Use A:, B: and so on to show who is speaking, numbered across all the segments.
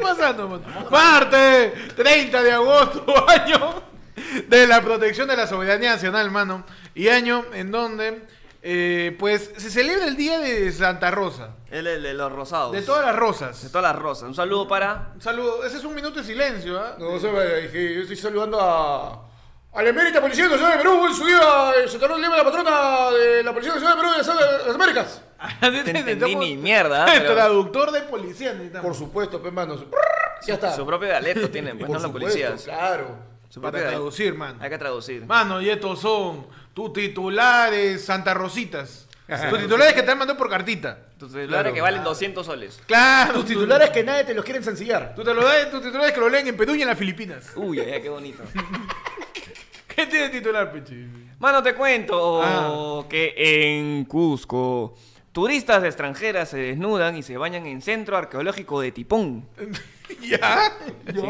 A: pasando? mon? Martes 30 de agosto, año de la protección de la soberanía nacional, mano. Y año en donde, eh, pues, se celebra el Día de Santa Rosa.
B: El, el de los rosados.
A: De todas las
B: De
A: rosas.
B: todas las rosas. Un saludo para.
A: Un saludo. Ese es un minuto de silencio, ¿ah?
C: No, se me dije, yo estoy saludando a. A la emérita Policía Nacional de Perú, en su día, eh, Santa Rosa Lima, la patrona de la Policía Nacional de Perú y de las- de las Américas.
B: Te entendí ni mierda, ah, pero-
A: Traductor de policía necesitamos.
C: Por supuesto, pe mano. Ya está.
B: Su propio galeto tienen, pues
C: Por
B: no la
C: supuesto,
B: policía.
C: Claro.
B: Su propio
A: Para
B: galeto.
A: traducir, mano.
B: Hay que traducir.
A: Mano, y estos son tus titulares Santa Rositas. Tus titulares que te han mandado por cartita.
B: Tus celulares que valen 200 soles.
A: Claro,
C: Tus titulares que nadie te los quiere ensancillar.
A: Tú te lo das, tus titulares que lo leen en Perú y en las Filipinas.
B: Uy, ay, qué bonito.
A: ¿Qué tiene titular, Pichi?
B: Mano, te cuento
A: Ah.
B: que en Cusco turistas extranjeras se desnudan y se bañan en centro arqueológico de Tipón.
A: ¿Ya?
B: ¿sí?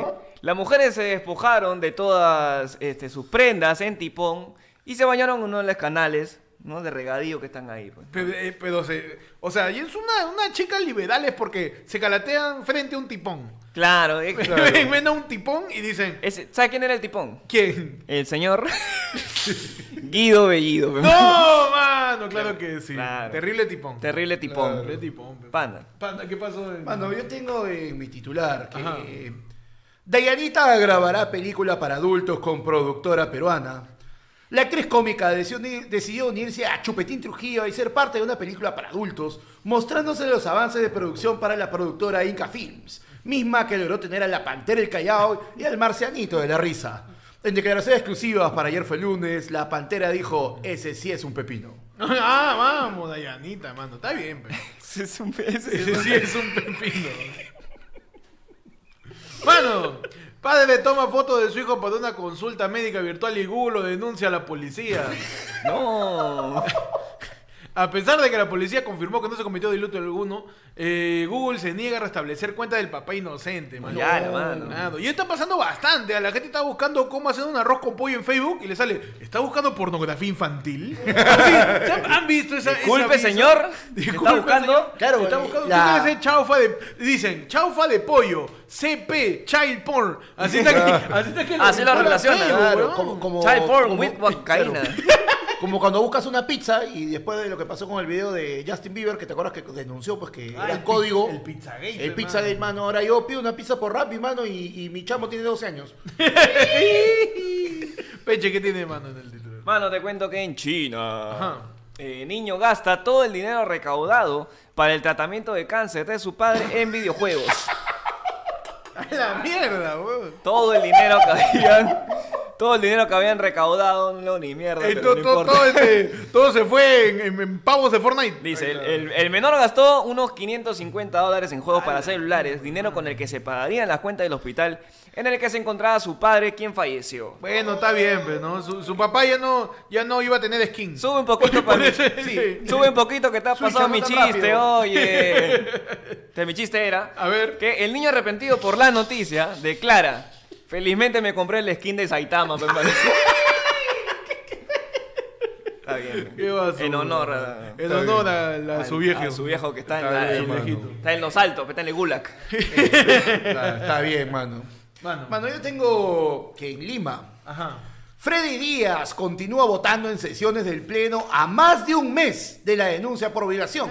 B: Las mujeres se despojaron de todas este, sus prendas en Tipón y se bañaron en uno de los canales ¿no? de regadío que están ahí. pues.
A: Pero, eh, pero se- o sea, y es una, una chica liberal es porque se calatean frente a un tipón.
B: Claro, es-
A: Ven, ven a un tipón y dicen,
B: Ese- ¿sabes quién era el Tipón?
A: ¿quién?
B: El señor Guido Bellido. pe, mano.
A: ¡No, mano! Claro que sí.
B: Claro.
A: Terrible tipón.
B: Terrible Tipón.
A: Terrible tipón. pe.
B: Panda.
A: Panda, ¿qué pasó? eh?
C: Mano, yo tengo en mi titular que.
A: Ajá.
C: Dayanita grabará película para adultos con productora peruana. La actriz cómica decidió, uni- decidió unirse a Chupetín Trujillo y ser parte de una película para adultos, mostrándose los avances de producción para la productora Inca Films, misma que logró tener a la Pantera del Callao y al Marcianito de la Risa. En declaraciones exclusivas para ayer fue lunes, la Pantera dijo, ese sí es un pepino.
A: Ah, vamos, Dayanita, mano. Está bien, pero.
B: Ese es un- ese es
A: Ese
B: un-
A: sí es un pepino. Mano, padre toma fotos de su hijo para una consulta médica virtual y Google lo denuncia a la policía.
B: No.
A: A pesar de que la policía confirmó que no se cometió diluto alguno, eh, Google se niega a restablecer cuenta del papá inocente, mano.
B: Pues Ya, la mano.
A: Nada. Y está pasando bastante. A la gente está buscando cómo hacer un arroz con pollo en Facebook y le sale, ¿está buscando pornografía infantil? Así, ¿ya ¿Han visto esa ese
B: Disculpe,
A: aviso?
B: señor. ¿Está buscando?
A: señor.
C: Claro,
A: está
C: eh,
A: buscando.
C: la-
A: Tú tienes ese chaufa de. Dicen, chaufa de pollo, CP, child porn. Así está que. Así, está que
B: Así Ah, lo
A: para
B: relaciona,
A: feo,
C: Claro,
A: weón.
C: como, como,
B: Child porn
C: como-
B: with huancaína.
C: como cuando buscas una pizza y después de lo que pasó con el video de Justin Bieber, que te acuerdas que denunció pues que
A: Ah,
C: era
A: el pi-
C: código.
A: el Pizzagate,
C: El Pizzagate, mano. Ahora yo pido una pizza por Rappi, mano, y, y mi chamo tiene 12 años.
A: Peche, ¿qué tiene de mano en el título?
B: Mano, te cuento que en China.
A: Ajá.
B: eh, niño gasta todo el dinero recaudado para el tratamiento de cáncer de su padre en videojuegos.
A: A la mierda, weón.
B: Todo el dinero que habían, todo el dinero que habían recaudado, no ni mierda.
A: Eh, to-
B: pero no
A: to-
B: importa.
A: todo, este- todo se fue en, en- en pavos de Fortnite.
B: Dice, el, el- el menor gastó unos 550 dólares en
A: Ah,
B: juegos para celulares, dinero con el que se pagarían las cuentas del hospital en el que se encontraba su padre, quien falleció.
A: Bueno, está bien, pero ¿no? Su, su papá ya no, ya no iba a tener skin.
B: Sube un poquito para mi-
A: Sí.
B: Sube un poquito que te ha
C: Switch,
B: pasado mi
C: no tan
B: chiste,
C: rápido.
B: oye. Entonces, mi chiste era
A: A ver.
B: que el niño arrepentido por la noticia declara, felizmente me compré el skin de Saitama, pe, mano". Está bien.
A: Qué basura.
B: en honor a,
A: En honor a, la- a su
B: al-
A: viejo.
B: a su viejo que está, en,
A: Está
B: la-
A: bien,
B: en-
A: viejito.
B: está en los altos, que está en el gulag.
C: está, está bien, mano.
A: Mano.
C: Mano, yo tengo que en Lima.
A: Ajá.
C: Freddy Díaz continúa votando en sesiones del Pleno a más de un mes de la denuncia por violación.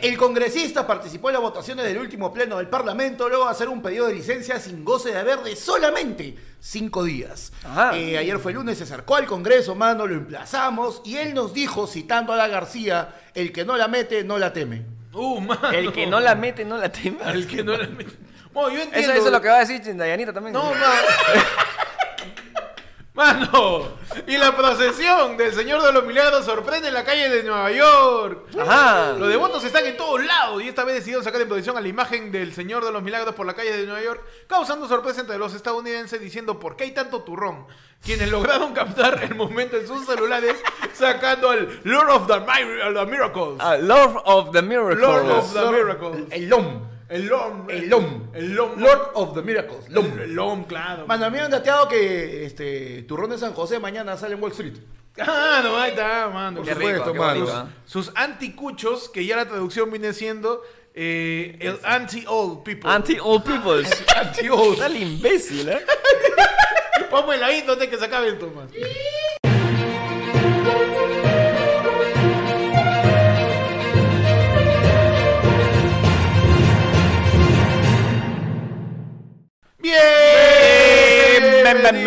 C: El congresista participó en las votaciones del último Pleno del Parlamento luego de hacer un pedido de licencia sin goce de haber de solamente cinco días.
B: Ajá.
C: Eh, ayer fue lunes, se acercó al Congreso, mano, lo emplazamos y él nos dijo, citando a la García, el que no la mete, no la teme.
A: Uh, mano.
B: El que no la mete, no la teme.
A: El que no la mete. Bueno, yo entiendo.
B: Eso, eso es lo que va a decir Dayanita también.
A: No, mano. Mano, y la procesión del Señor de los Milagros sorprende en la calle de Nueva York.
B: Ajá.
A: Los devotos están en todos lados y esta vez decidieron sacar en producción a la imagen del Señor de los Milagros por la calle de Nueva York, causando sorpresa entre los estadounidenses diciendo ¿por qué hay tanto turrón? Quienes lograron captar el momento en sus celulares sacando al Lord of the, Mir- the Miracles.
B: Ah, Lord of the Miracles.
A: Lord of the Miracles.
C: El LOM.
A: El Lord.
C: El LOM.
A: El Lord.
C: Lord of the Miracles. LOM.
A: El Lom, claro.
C: Mano, a mí me han dateado que este, Turrón de San José mañana sale en Wall Street.
A: Ah, no, ahí está, mano.
B: Qué rico,
C: supuesto,
B: qué
C: mano.
B: bonito, ¿ah?
A: Sus anticuchos, que ya la traducción viene siendo eh, el anti-old people.
B: Anti-old people.
C: Anti-old.
B: Tal imbécil, ¿eh?
A: Ponme la intro antes que se acabe esto, man.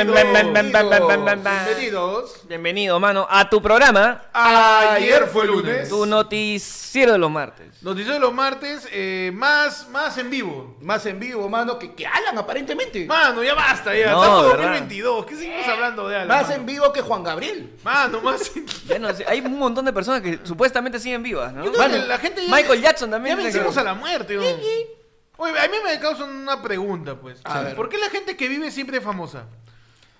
A: Bienvenidos. Bienvenidos.
B: Bienvenido, mano, a tu programa,
C: Ayer fue lunes.
B: tu noticiero de los martes.
A: Noticias de los martes, eh, más, más en vivo.
C: Más en vivo, mano, que, que Alan, aparentemente. Más,
A: Mano, ya basta, ya.
B: No,
A: Estamos en
B: ¿verdad?
A: 2022. ¿Qué seguimos hablando de Alan?
C: Eh, en vivo que Juan Gabriel.
A: Mano, más en
B: Ya no sé, hay un montón de personas que supuestamente siguen vivas, ¿no?
A: Yo creo
C: Bueno,
A: que la gente ya-
B: Michael Jackson también
A: Ya
B: dice
A: vencimos
B: que-
A: a la muerte. ¿no? Oye, a mí me causa una pregunta, pues.
C: A ver.
A: ¿Por qué la gente que vive siempre es famosa?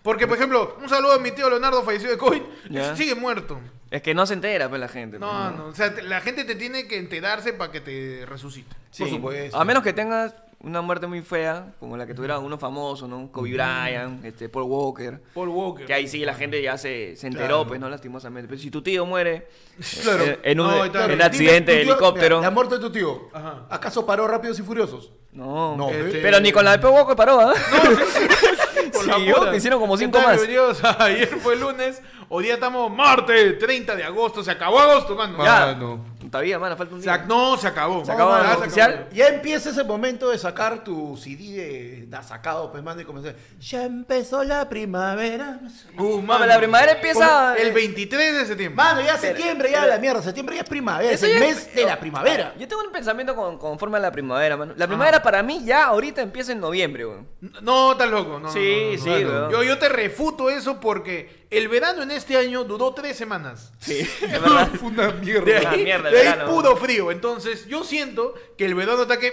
A: Porque, por ejemplo, un saludo a mi tío Leonardo, falleció de COVID,
B: Ya.
A: sigue muerto.
B: Es que no se entera, pues, la gente.
A: No, no, o sea, te- la gente te tiene que enterarse para que te resucite.
B: Sí.
C: Por supuesto.
B: A menos que tengas una muerte muy fea, como la que tuvieron uno famoso, ¿no? Kobe Bryant, este, Paul Walker.
A: Paul Walker.
B: Que ahí sí la gente ya se, se enteró,
C: Claro.
B: pues, ¿no? Lastimosamente. Pero si tu tío muere eh,
C: Claro.
B: eh, en un,
A: No,
B: en
A: claro.
B: un
A: Dime,
B: accidente de
C: tu tío-
B: helicóptero.
C: mira, La muerte de tu tío.
A: Ajá.
C: ¿Acaso paró Rápidos y Furiosos?
B: No. Eh,
C: No,
A: Este-
B: Pero ni con la de Paul Walker paró, ¿ah?
A: Por
B: Sí,
A: la
B: yo,
A: puta.
B: que hicieron como
A: ¿Qué
B: cinco
A: tal?
B: más.
A: Bienvenidos a Ayer fue lunes, hoy día estamos martes, 30 de agosto, se acabó agosto, mano.
C: Ya.
B: Ya.
C: Ah, no.
B: Todavía, mano, falta un
A: Se ac-
B: día.
A: no, se acabó.
B: Se acabó
A: Ya,
B: el
A: se
B: oficial.
C: Ya empieza ese momento de sacar tu CD de, da sacado, pues, mano, y comenzar. Ya empezó la primavera.
A: Uh,
B: Mano,
A: mano.
B: la primavera empieza...
A: El
B: eh,
A: 23 de septiembre.
C: Mano, ya septiembre, ya la mierda. Septiembre ya es primavera. Es
B: Eso ya
C: el mes de la primavera. Ah.
B: Yo tengo un pensamiento con, conforme a la primavera, mano. La primavera para mí ya ahorita empieza en noviembre, weón.
A: No, estás loco. No,
B: Sí,
A: no, no, no,
B: sí,
A: no.
B: weón.
A: Yo, yo te refuto eso porque el verano en este año duró tres semanas.
B: Sí, es verdad.
C: Fue una mierda.
A: De
B: Una
A: ahí,
B: mierda el
A: de ahí
B: verano.
A: puro frío. Entonces, yo siento que el verano está que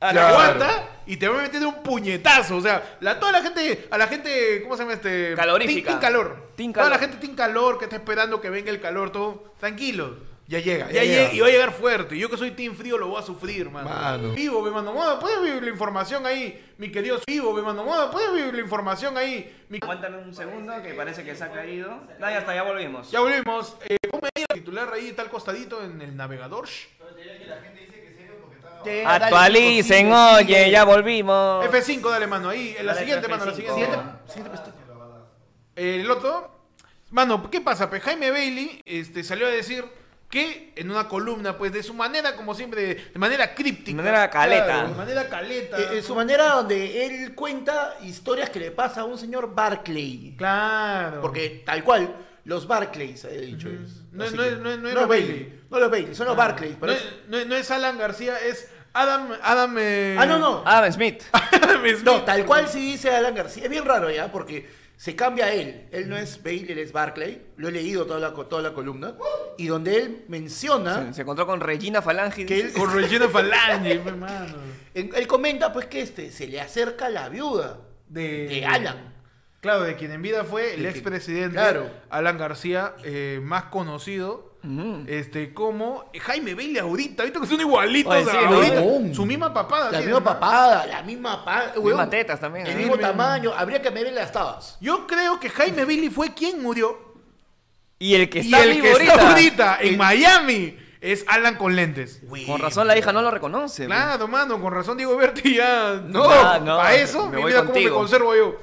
B: A
A: te
B: la-
A: aguanta y te va a meter un puñetazo. O sea, la, toda la gente, a la gente, ¿cómo se llama este?
B: Calorífica.
A: Team, team calor.
B: Team
A: Toda la
B: calor.
A: gente tiene calor que está esperando que venga el calor, todo. Tranquilo.
C: Ya llega,
A: Ya llega, y va a llegar fuerte. Yo que soy team frío lo voy a sufrir, mano.
C: eh. Mano.
A: Vivo, mi mano. Moda, puedes vivir la información ahí, mi querido. Vivo, mi mano. Moda, puedes vivir la información ahí, mi.
B: Aguántame un segundo que parece que se ha caído. No, ya está, ya volvimos.
A: Ya volvimos. Eh, ponme ahí el titular ahí, tal costadito en el navegador.
B: Ah, Actualicen, oye, ya volvimos.
A: F5, dale, mano. Ahí, en la
B: Dale,
A: siguiente, mano, la
B: F5.
A: siguiente. Eh, El otro. Mano, ¿qué pasa? Pues Jaime Bailey este, salió a decir que en una columna, pues de su manera, como siempre, de manera críptica.
B: De manera caleta.
A: Claro, de manera caleta.
C: Eh, eh, su manera donde él cuenta historias que le pasa a un señor Barclay.
A: Claro.
C: Porque tal cual, los Barclays, he dicho. es.
A: No,
C: Así
A: no
C: que-
A: es- no es- no es
C: los
A: Bailey. Ah.
C: Bailey. No los Bailey, son los Barclays.
A: No,
C: pero
A: es,
C: es-
A: no es- no es Alan García, es Adam. Adam eh,
C: Ah, no, no.
B: Adam Smith.
A: Adam Smith.
C: No, tal cual sí dice Alan García. Es bien raro ya, porque se cambia él. Él no es Bailey, él es Barclay. Lo he leído toda la, co- toda la columna. Y donde él menciona,
B: Se, se encontró con Regina Falange.
C: Que él-
A: Con Regina Falange, mi hermano.
C: él, él comenta pues que este se le acerca la viuda
A: De-
C: de Alan.
A: Claro, de quien en vida fue el
C: De que-
A: expresidente
C: claro.
A: Alan García, eh, más conocido
B: Ujú.
A: este, como Jaime Bailey ahorita. Ahorita que son igualitos
B: Oye, sí,
A: a-
B: ¿no?
A: ahorita.
C: No.
A: Su misma papada.
C: La
A: Ah, sí,
C: misma
A: hermano.
C: papada, la misma papada.
B: Mismas tetas también,
C: El
B: ¿eh?
C: mismo
A: Misma-
C: tamaño. Habría que medirle las tabas.
A: Yo creo que Jaime Bailey fue quien murió.
B: Y el que
A: Y
B: está
A: el
B: vivo
A: que está
B: ahorita.
A: ahorita en Miami es Alan con lentes.
B: Con razón la hija no lo reconoce. weón.
A: Claro, mano, con razón Diego Berti ya. No,
B: Ah, no,
A: para eso,
B: me
A: mi
B: voy
A: vida cómo me
B: contigo.
A: conservo yo.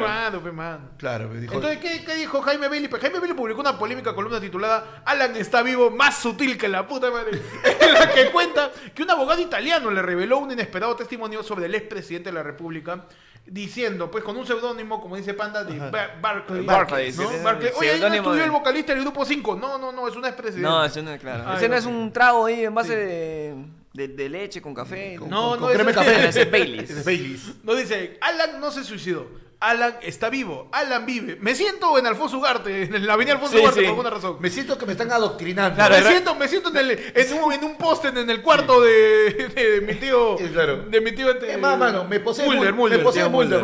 A: mano, pe, mano.
C: Claro, me dijo.
A: Entonces, ¿qué, qué dijo Jaime Bailey? Pues Jaime Bailey publicó una polémica columna titulada Alan está vivo más sutil que la puta madre. en la que cuenta que un abogado italiano le reveló un inesperado testimonio sobre el expresidente de la República. Diciendo, pues con un seudónimo, como dice Panda, de Bar- Barclay.
B: Barclay,
A: ¿no?
B: sí, sí,
A: Barclay.
B: sí,
A: Oye, ahí no
B: seudónimo
A: estudió
B: de-
A: el vocalista del grupo 5. No, no, no, es un expresidente.
B: No, ese no es claro.
A: Ay,
B: ese no
A: ok.
B: es un trago ahí en base
A: Sí.
B: de, de- de leche con café.
A: No,
C: con,
A: no,
C: con crema
A: ese-
C: de café.
B: ese es Baileys.
C: Ese es Baileys.
A: No dice, Alan no se suicidó. Alan está vivo. Alan vive. Me siento en Alfonso Ugarte, en la avenida Alfonso
B: Sí,
A: Ugarte
B: sí.
A: por alguna razón. Me,
C: Me siento que me están adoctrinando.
B: Claro, era-
A: siento, me siento en, el, en un, en un poste en el cuarto de, de mi tío.
C: Sí, claro.
A: De mi tío. este-
C: Es más, mano, me posee
A: Mulder,
C: Mul-
A: Mulder,
C: me posee
A: tío
C: Mulder.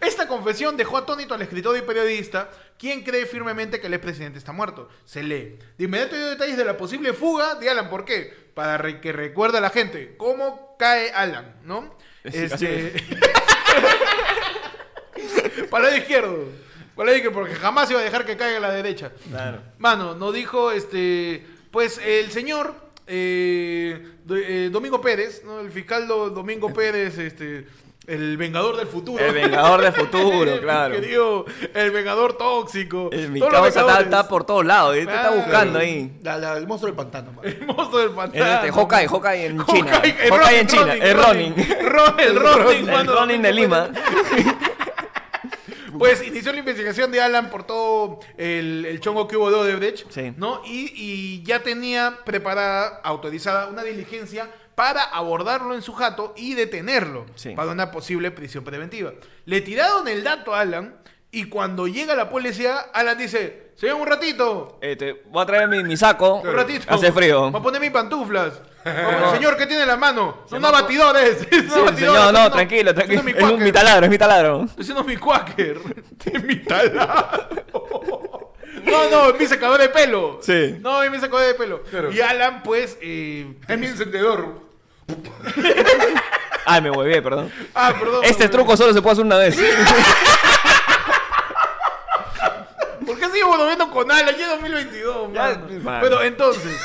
A: Esta confesión dejó atónito al escritor y periodista, quien cree firmemente que el expresidente está muerto. Se lee. De inmediato dio detalles de la posible fuga de Alan. ¿Por qué? Para re- que recuerde a la gente cómo cae Alan, ¿no?
B: Sí,
A: Este... Para el izquierdo. Para el izquierdo, porque jamás iba a dejar que caiga a la derecha.
B: Claro.
A: Mano, nos dijo este. Pues el señor. eh, eh, do- eh, Domingo Pérez, ¿no? El fiscal do- Domingo Pérez, este, el vengador del futuro.
B: El vengador del futuro, claro.
A: Mi querido, el vengador tóxico.
B: Eh, Mi
A: Todos los
B: causa está,
A: vengadores.
B: está por todos lados, ¿eh? te está
A: Claro.
B: buscando ahí.
C: La- la- el monstruo del pantano, mano.
A: El monstruo del
B: En
A: pantano.
B: este, Hawkeye, Hawkeye en
A: Ah, Hawkeye,
B: China.
A: el
B: Hawkeye en
A: Ronin,
B: China,
A: Ronin,
B: el Ronin.
A: Ronin. Ron- el Ronin,
B: El
A: mano.
B: Ronin de Lima.
A: Pues inició la investigación de Alan por todo el, el chongo que hubo de Odebrecht,
B: Sí.
A: ¿no? Y, y ya tenía preparada, autorizada una diligencia para abordarlo en su jato y detenerlo
B: Sí.
A: para una posible prisión preventiva. Le tiraron el dato a Alan y cuando llega la policía, Alan dice, se un ratito,
B: Este, voy a traer mi, mi saco.
A: un ratito.
B: Hace frío.
A: Voy a poner mis pantuflas. Como el señor que tiene en la mano, son unos batidores. son unos
B: Sí,
A: batidores,
B: señor,
A: son
B: no,
A: unos-
B: tranquilo,
A: son
B: tranquilo.
A: unos
B: Es un- mi
A: micuáqueros.
B: taladro, es mi taladro.
A: Estoy haciendo mi quaker. mi taladro. No, no, es mi secador de pelo.
B: Sí.
A: No, es mi secador de pelo.
C: Claro.
A: Y Alan, pues. eh,
C: Es mi encendedor.
B: Ay, me huevé, perdón.
A: Ah, perdón.
B: Este truco solo se puede hacer una vez.
A: ¿Por qué sigo volviendo con Alan? Ya es 2022,
B: Ya,
A: mano.
B: mano.
A: Bueno, entonces.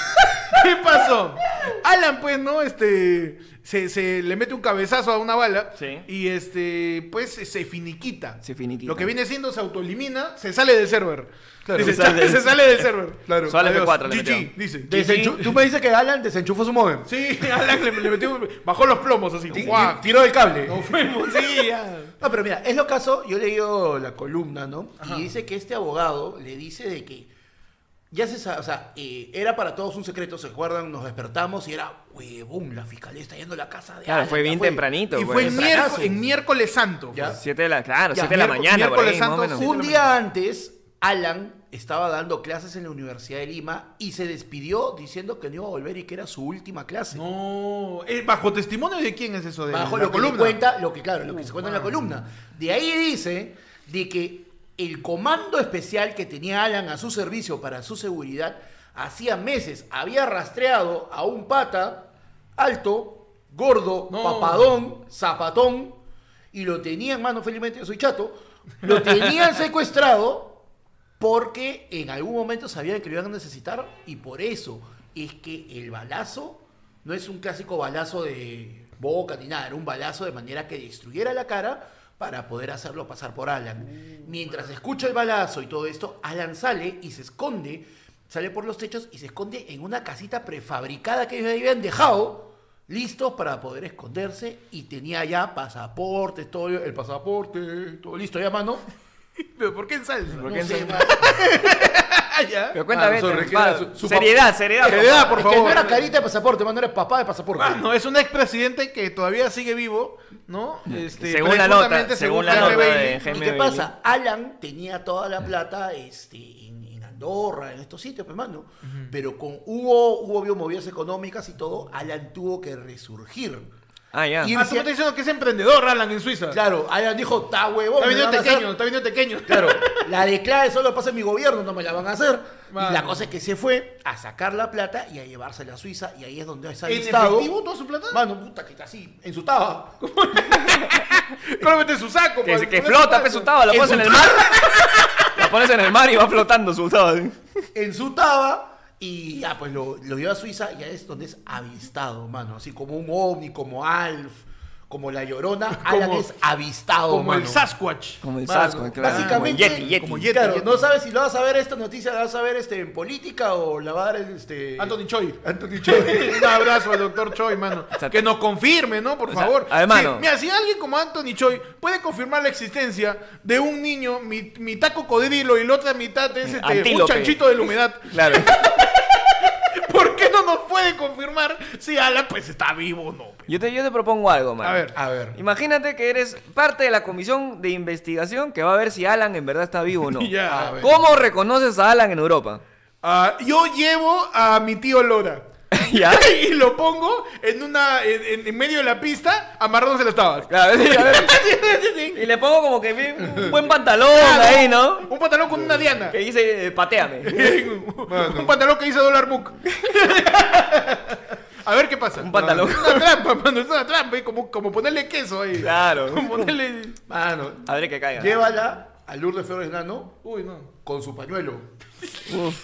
A: ¿Qué pasó? Alan, pues, ¿no? Este. Se, se le mete un cabezazo a una bala.
B: Sí.
A: Y este. Pues se finiquita.
B: Se finiquita.
A: Lo que viene siendo se autoelimina, se sale del server.
C: Claro.
A: Dice,
B: Se sale del-
A: se sale del server.
C: Claro.
B: Solo
A: Adiós.
B: F4 le
A: GG,
B: metió.
A: dice.
C: Desenchu- Tú me dices que Alan desenchufó su modem.
A: Sí, Alan le, le metió, bajó los plomos así.
C: Ti-
A: ¡guau!
C: ti- Tiró del cable.
A: Nos fuimos, sí, ya.
C: No, pero mira, es lo caso, yo he leído la columna, ¿no? Y dice que este abogado le dice de que ya se sabe, o sea, eh, era para todos un secreto, se acuerdan, nos despertamos y era, huevón, la fiscalía está yendo a la casa de
B: Claro,
C: Alan,
B: fue
C: ya
B: bien tempranito.
A: Y
B: pues.
A: fue en
C: Tempranazo.
A: miércoles, en miércoles santo.
C: Ya.
A: pues.
B: Siete de la, claro,
C: Ya,
B: 7 de la
A: miércoles-
B: mañana, por ahí,
A: miércoles
B: más o
A: santo,
B: menos.
A: sí.
C: Un día antes, Alan estaba dando clases en la Universidad de Lima y se despidió diciendo que no iba a volver y que era su última clase.
A: No, eh, bajo testimonio de quién es eso de
C: bajo
A: la
C: lo que
A: columna.
C: se cuenta, lo que claro, lo que se cuenta en la
A: man.
C: columna. De ahí dice de que el comando especial que tenía Alan a su servicio para su seguridad hacía meses había rastreado a un pata alto, gordo,
A: No.
C: papadón, zapatón y lo tenían, mano, felizmente yo soy chato, lo tenían secuestrado porque en algún momento sabían que lo iban a necesitar y por eso es que el balazo no es un clásico balazo de boca ni nada, era un balazo de manera que destruyera la cara para poder hacerlo pasar por Alan. Mientras escucha el balazo y todo esto, Alan sale y se esconde, sale por los techos y se esconde en una casita prefabricada que ellos habían dejado listos para poder esconderse y tenía ya pasaportes, todo el pasaporte, todo listo ya mano.
A: ¿Pero por qué en salsa?
B: ¿Por
C: No
B: qué
C: sé,
B: se-
C: mano.
A: ya.
B: Pero cuéntame,
C: Ah, sobre
B: te-
C: que era
B: pa-
C: su- su
B: seriedad, seriedad. por
A: Seriedad,
B: favor.
A: por
C: Es que
A: favor. Ah,
C: no era carita de pasaporte, mano, era papá de pasaporte.
A: Mano, es un expresidente que todavía sigue vivo, ¿no? Este,
B: Según la nota,
A: presuntamente
B: según la
A: Henry
B: nota de
A: Bailey. Ah,
B: Henry
C: ¿Y qué
B: Bailey.
C: pasa? Alan tenía toda la plata este, en, en Andorra, en estos sitios, hermano. Pero con hubo, hubo vio movidas económicas y todo, Alan tuvo que resurgir.
B: Ah, ya.
C: Y-
A: Ah, tú me estás diciendo que es emprendedor, Alan, en Suiza.
C: Claro, Alan dijo, está huevón.
A: Está
C: me
A: viniendo
C: van a hacer".
A: pequeño, está viniendo pequeño.
C: Claro, la declara solo pasa en mi gobierno, no me la van a hacer. Y la
A: Mano.
C: cosa es que se fue a sacar la plata y a llevársela a Suiza y ahí es donde está
A: ¿En
C: listado.
A: efectivo toda su plata?
C: Mano, puta, que está así, en su taba.
A: Solamente en su saco.
B: Que,
A: para poner
B: que
A: su
B: flota,
A: saco.
B: pues, su taba, la
C: Es
B: pones en
C: un
B: el mar. La pones en el mar y va flotando su taba. así.
C: en su taba y ya pues lo, lo lleva a Suiza y ahí es donde es avistado, mano. Así como un ovni, como Alf, como la llorona, Alan es avistado,
A: Como
C: mano.
A: el Sasquatch.
B: Oh, Como el
A: Mano,
B: Sasquatch, claro.
C: Básicamente,
B: Como Yeti, Yeti.
A: Como Yeti,
C: claro,
A: Yeti.
C: no sabes si lo vas a ver esta noticia, la vas a ver este, en política o la va a dar el, este...
A: Anthony Choi.
C: Anthony Choi.
A: Un abrazo al doctor Choi, mano.
B: sea,
A: que nos confirme, ¿no? Por
B: sea,
A: favor.
B: a ver, mano.
A: Sí, mira, si alguien como Anthony Choi puede confirmar la existencia de un niño, mi- mitad cocodrilo y la otra mitad es este, un
B: Antílope.
A: chanchito de la humedad,
B: Claro.
A: ¿por qué no nos puede confirmar si Alan pues está vivo o no? pe?
B: Yo te, yo te propongo algo, man.
A: A ver.
C: A ver.
B: Imagínate que eres parte de la comisión de investigación que va a ver si Alan en verdad está vivo o no.
A: Ya.
C: A ver.
B: ¿Cómo reconoces a Alan en Europa?
A: Ah, yo llevo a mi tío Lora.
B: ¿Ya?
A: y lo pongo en una en, en medio de la pista amarrándose las tabas.
B: Claro, sí, a ver. Y le pongo como que bien- un buen pantalón ahí, ¿no?
A: Un pantalón con una diana.
B: Que dice, eh, pateame.
A: Un pantalón que dice dólar book. A ver qué pasa.
B: Un pantalón.
A: Es una trampa, mano. Es una trampa. Es como, como ponerle queso ahí.
B: Claro.
A: Como ponerle.
C: Mano,
B: A ver que caiga.
C: llévala a Lourdes Flores Nano
A: Uy, no.
C: con su pañuelo.
B: Uf.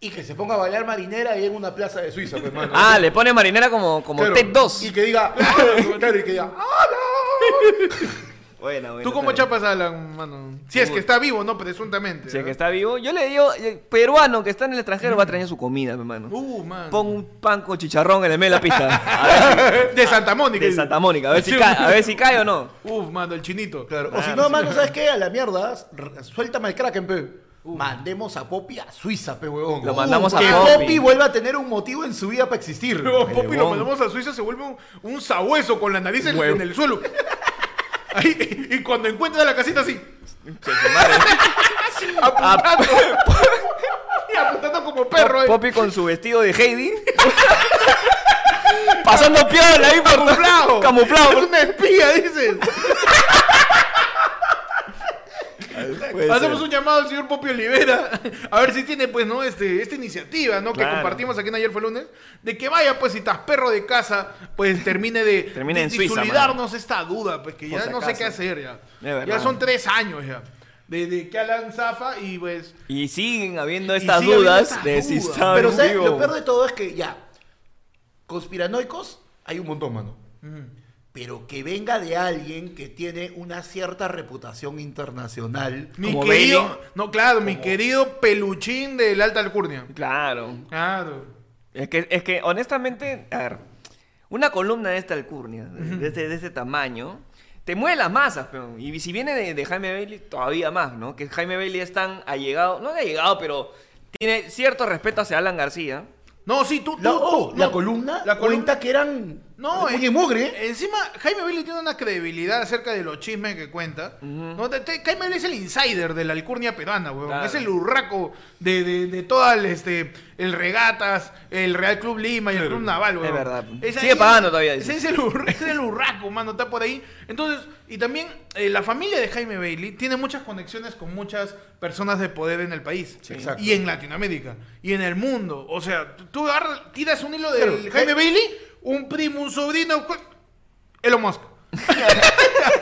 C: y que se ponga a bailar marinera ahí en una plaza de Suiza, pues, hermano.
B: Ah, le pone marinera como, como
C: Claro.
B: Ted 2.
C: Y que diga, claro, y que diga,
B: Bueno, bueno,
A: ¿Tú cómo
B: está bien.
A: chapas a Alan, mano? Si es que está vivo, ¿no? Presuntamente.
B: Si es que
A: ¿verdad?
B: está vivo, yo le digo, eh, peruano que está en el extranjero va a traer su comida, mi hermano.
A: Uh, mano.
B: Pon un pan con chicharrón en el medio de la pista. A ver
A: De Santa
B: si-
A: Mónica.
B: de Santa Mónica, a ver si cae, a ver si cae o no.
A: Uf, mano, el chinito.
C: Claro.
B: Ah,
C: O si no, mano, ¿sabes qué? A la mierda, r- suéltame al Kraken, pe.
A: Uh.
C: Mandemos a Poppy a Suiza, pe, huevón. Uh,
B: Lo mandamos a
C: que
B: Poppy.
C: vuelva a tener un motivo en su vida para existir.
A: Luego Poppy lo
B: huevón.
A: mandamos a Suiza, se vuelve un, un sabueso con la nariz en,
C: Huevo.
A: en el suelo. Ahí, y cuando encuentra la casita así, apuntando. y apuntando como perro. ahí.
B: Ah, Poppy con su vestido de Heidi. Pasando piola ahí por
A: camuflado.
B: Camuflado.
A: Es una espía, dices.
B: Puede
A: Hacemos
B: ser.
A: un llamado al señor Popio Olivera a ver si tiene, pues, ¿no? Este, esta iniciativa, ¿no?
B: Claro.
A: Que compartimos aquí en Ayer fue lunes. De que vaya, pues, si estás perro de casa, pues termine de,
B: Termine
A: de
B: en Suiza,
A: disolidarnos esta duda, pues, que ya
B: Por si
A: no sé
B: acaso.
A: qué hacer ya.
B: De verdad.
A: Ya son tres años ya. Desde que Alan Zafa y pues.
B: Y siguen habiendo
A: Y
B: estas
A: sigue habiendo
B: dudas
A: estas
B: de si
A: dudas.
B: está
C: Pero ¿sabes?
B: vivo.
C: lo peor de todo es que ya, conspiranoicos hay un montón, mano. Pero que venga de alguien que tiene una cierta reputación internacional.
A: Mi
B: Como
A: querido.
B: Bailey.
A: No, claro, mi querido peluchín del alta alcurnia.
B: Claro.
A: Claro.
B: Es que, es que honestamente, a ver, una columna de esta alcurnia, de, de este, de este tamaño, te mueve las masas, peón. Y si viene de, de Jaime Bailey, todavía más, ¿no? Que Jaime Bailey es tan allegado, no allegado, pero tiene cierto respeto hacia Alan García.
A: No, sí, tú.
C: La,
A: tú-
C: oh,
A: tú,
C: la
A: no.
C: columna
A: La columna-
C: cuenta que eran
A: No,
C: uña
A: eh,
C: y mugre.
A: Encima, Jaime Bailey tiene una credibilidad acerca de los chismes que cuenta. No, te- te- Jaime Bailey es el insider de la alcurnia peruana, weón.
B: Claro.
A: Es el hurraco de, de, de todo el, este, el Regatas, el Real Club Lima y el Club Naval, weón.
B: Es verdad.
A: Es
B: Sigue pagando todavía,
A: Es,
B: dice.
A: es el, hur- es el hurraco, mano, está por ahí. Entonces, y también eh, la familia de Jaime Bailey tiene muchas conexiones con muchas personas de poder en el país.
C: Exacto.
A: Y en Latinoamérica. Y en el mundo. O sea, tú- tú agarras- tiras un hilo de
C: Claro. Eh.
A: el Jaime Bailey, un primo, un sobrino, cu- Elon Musk.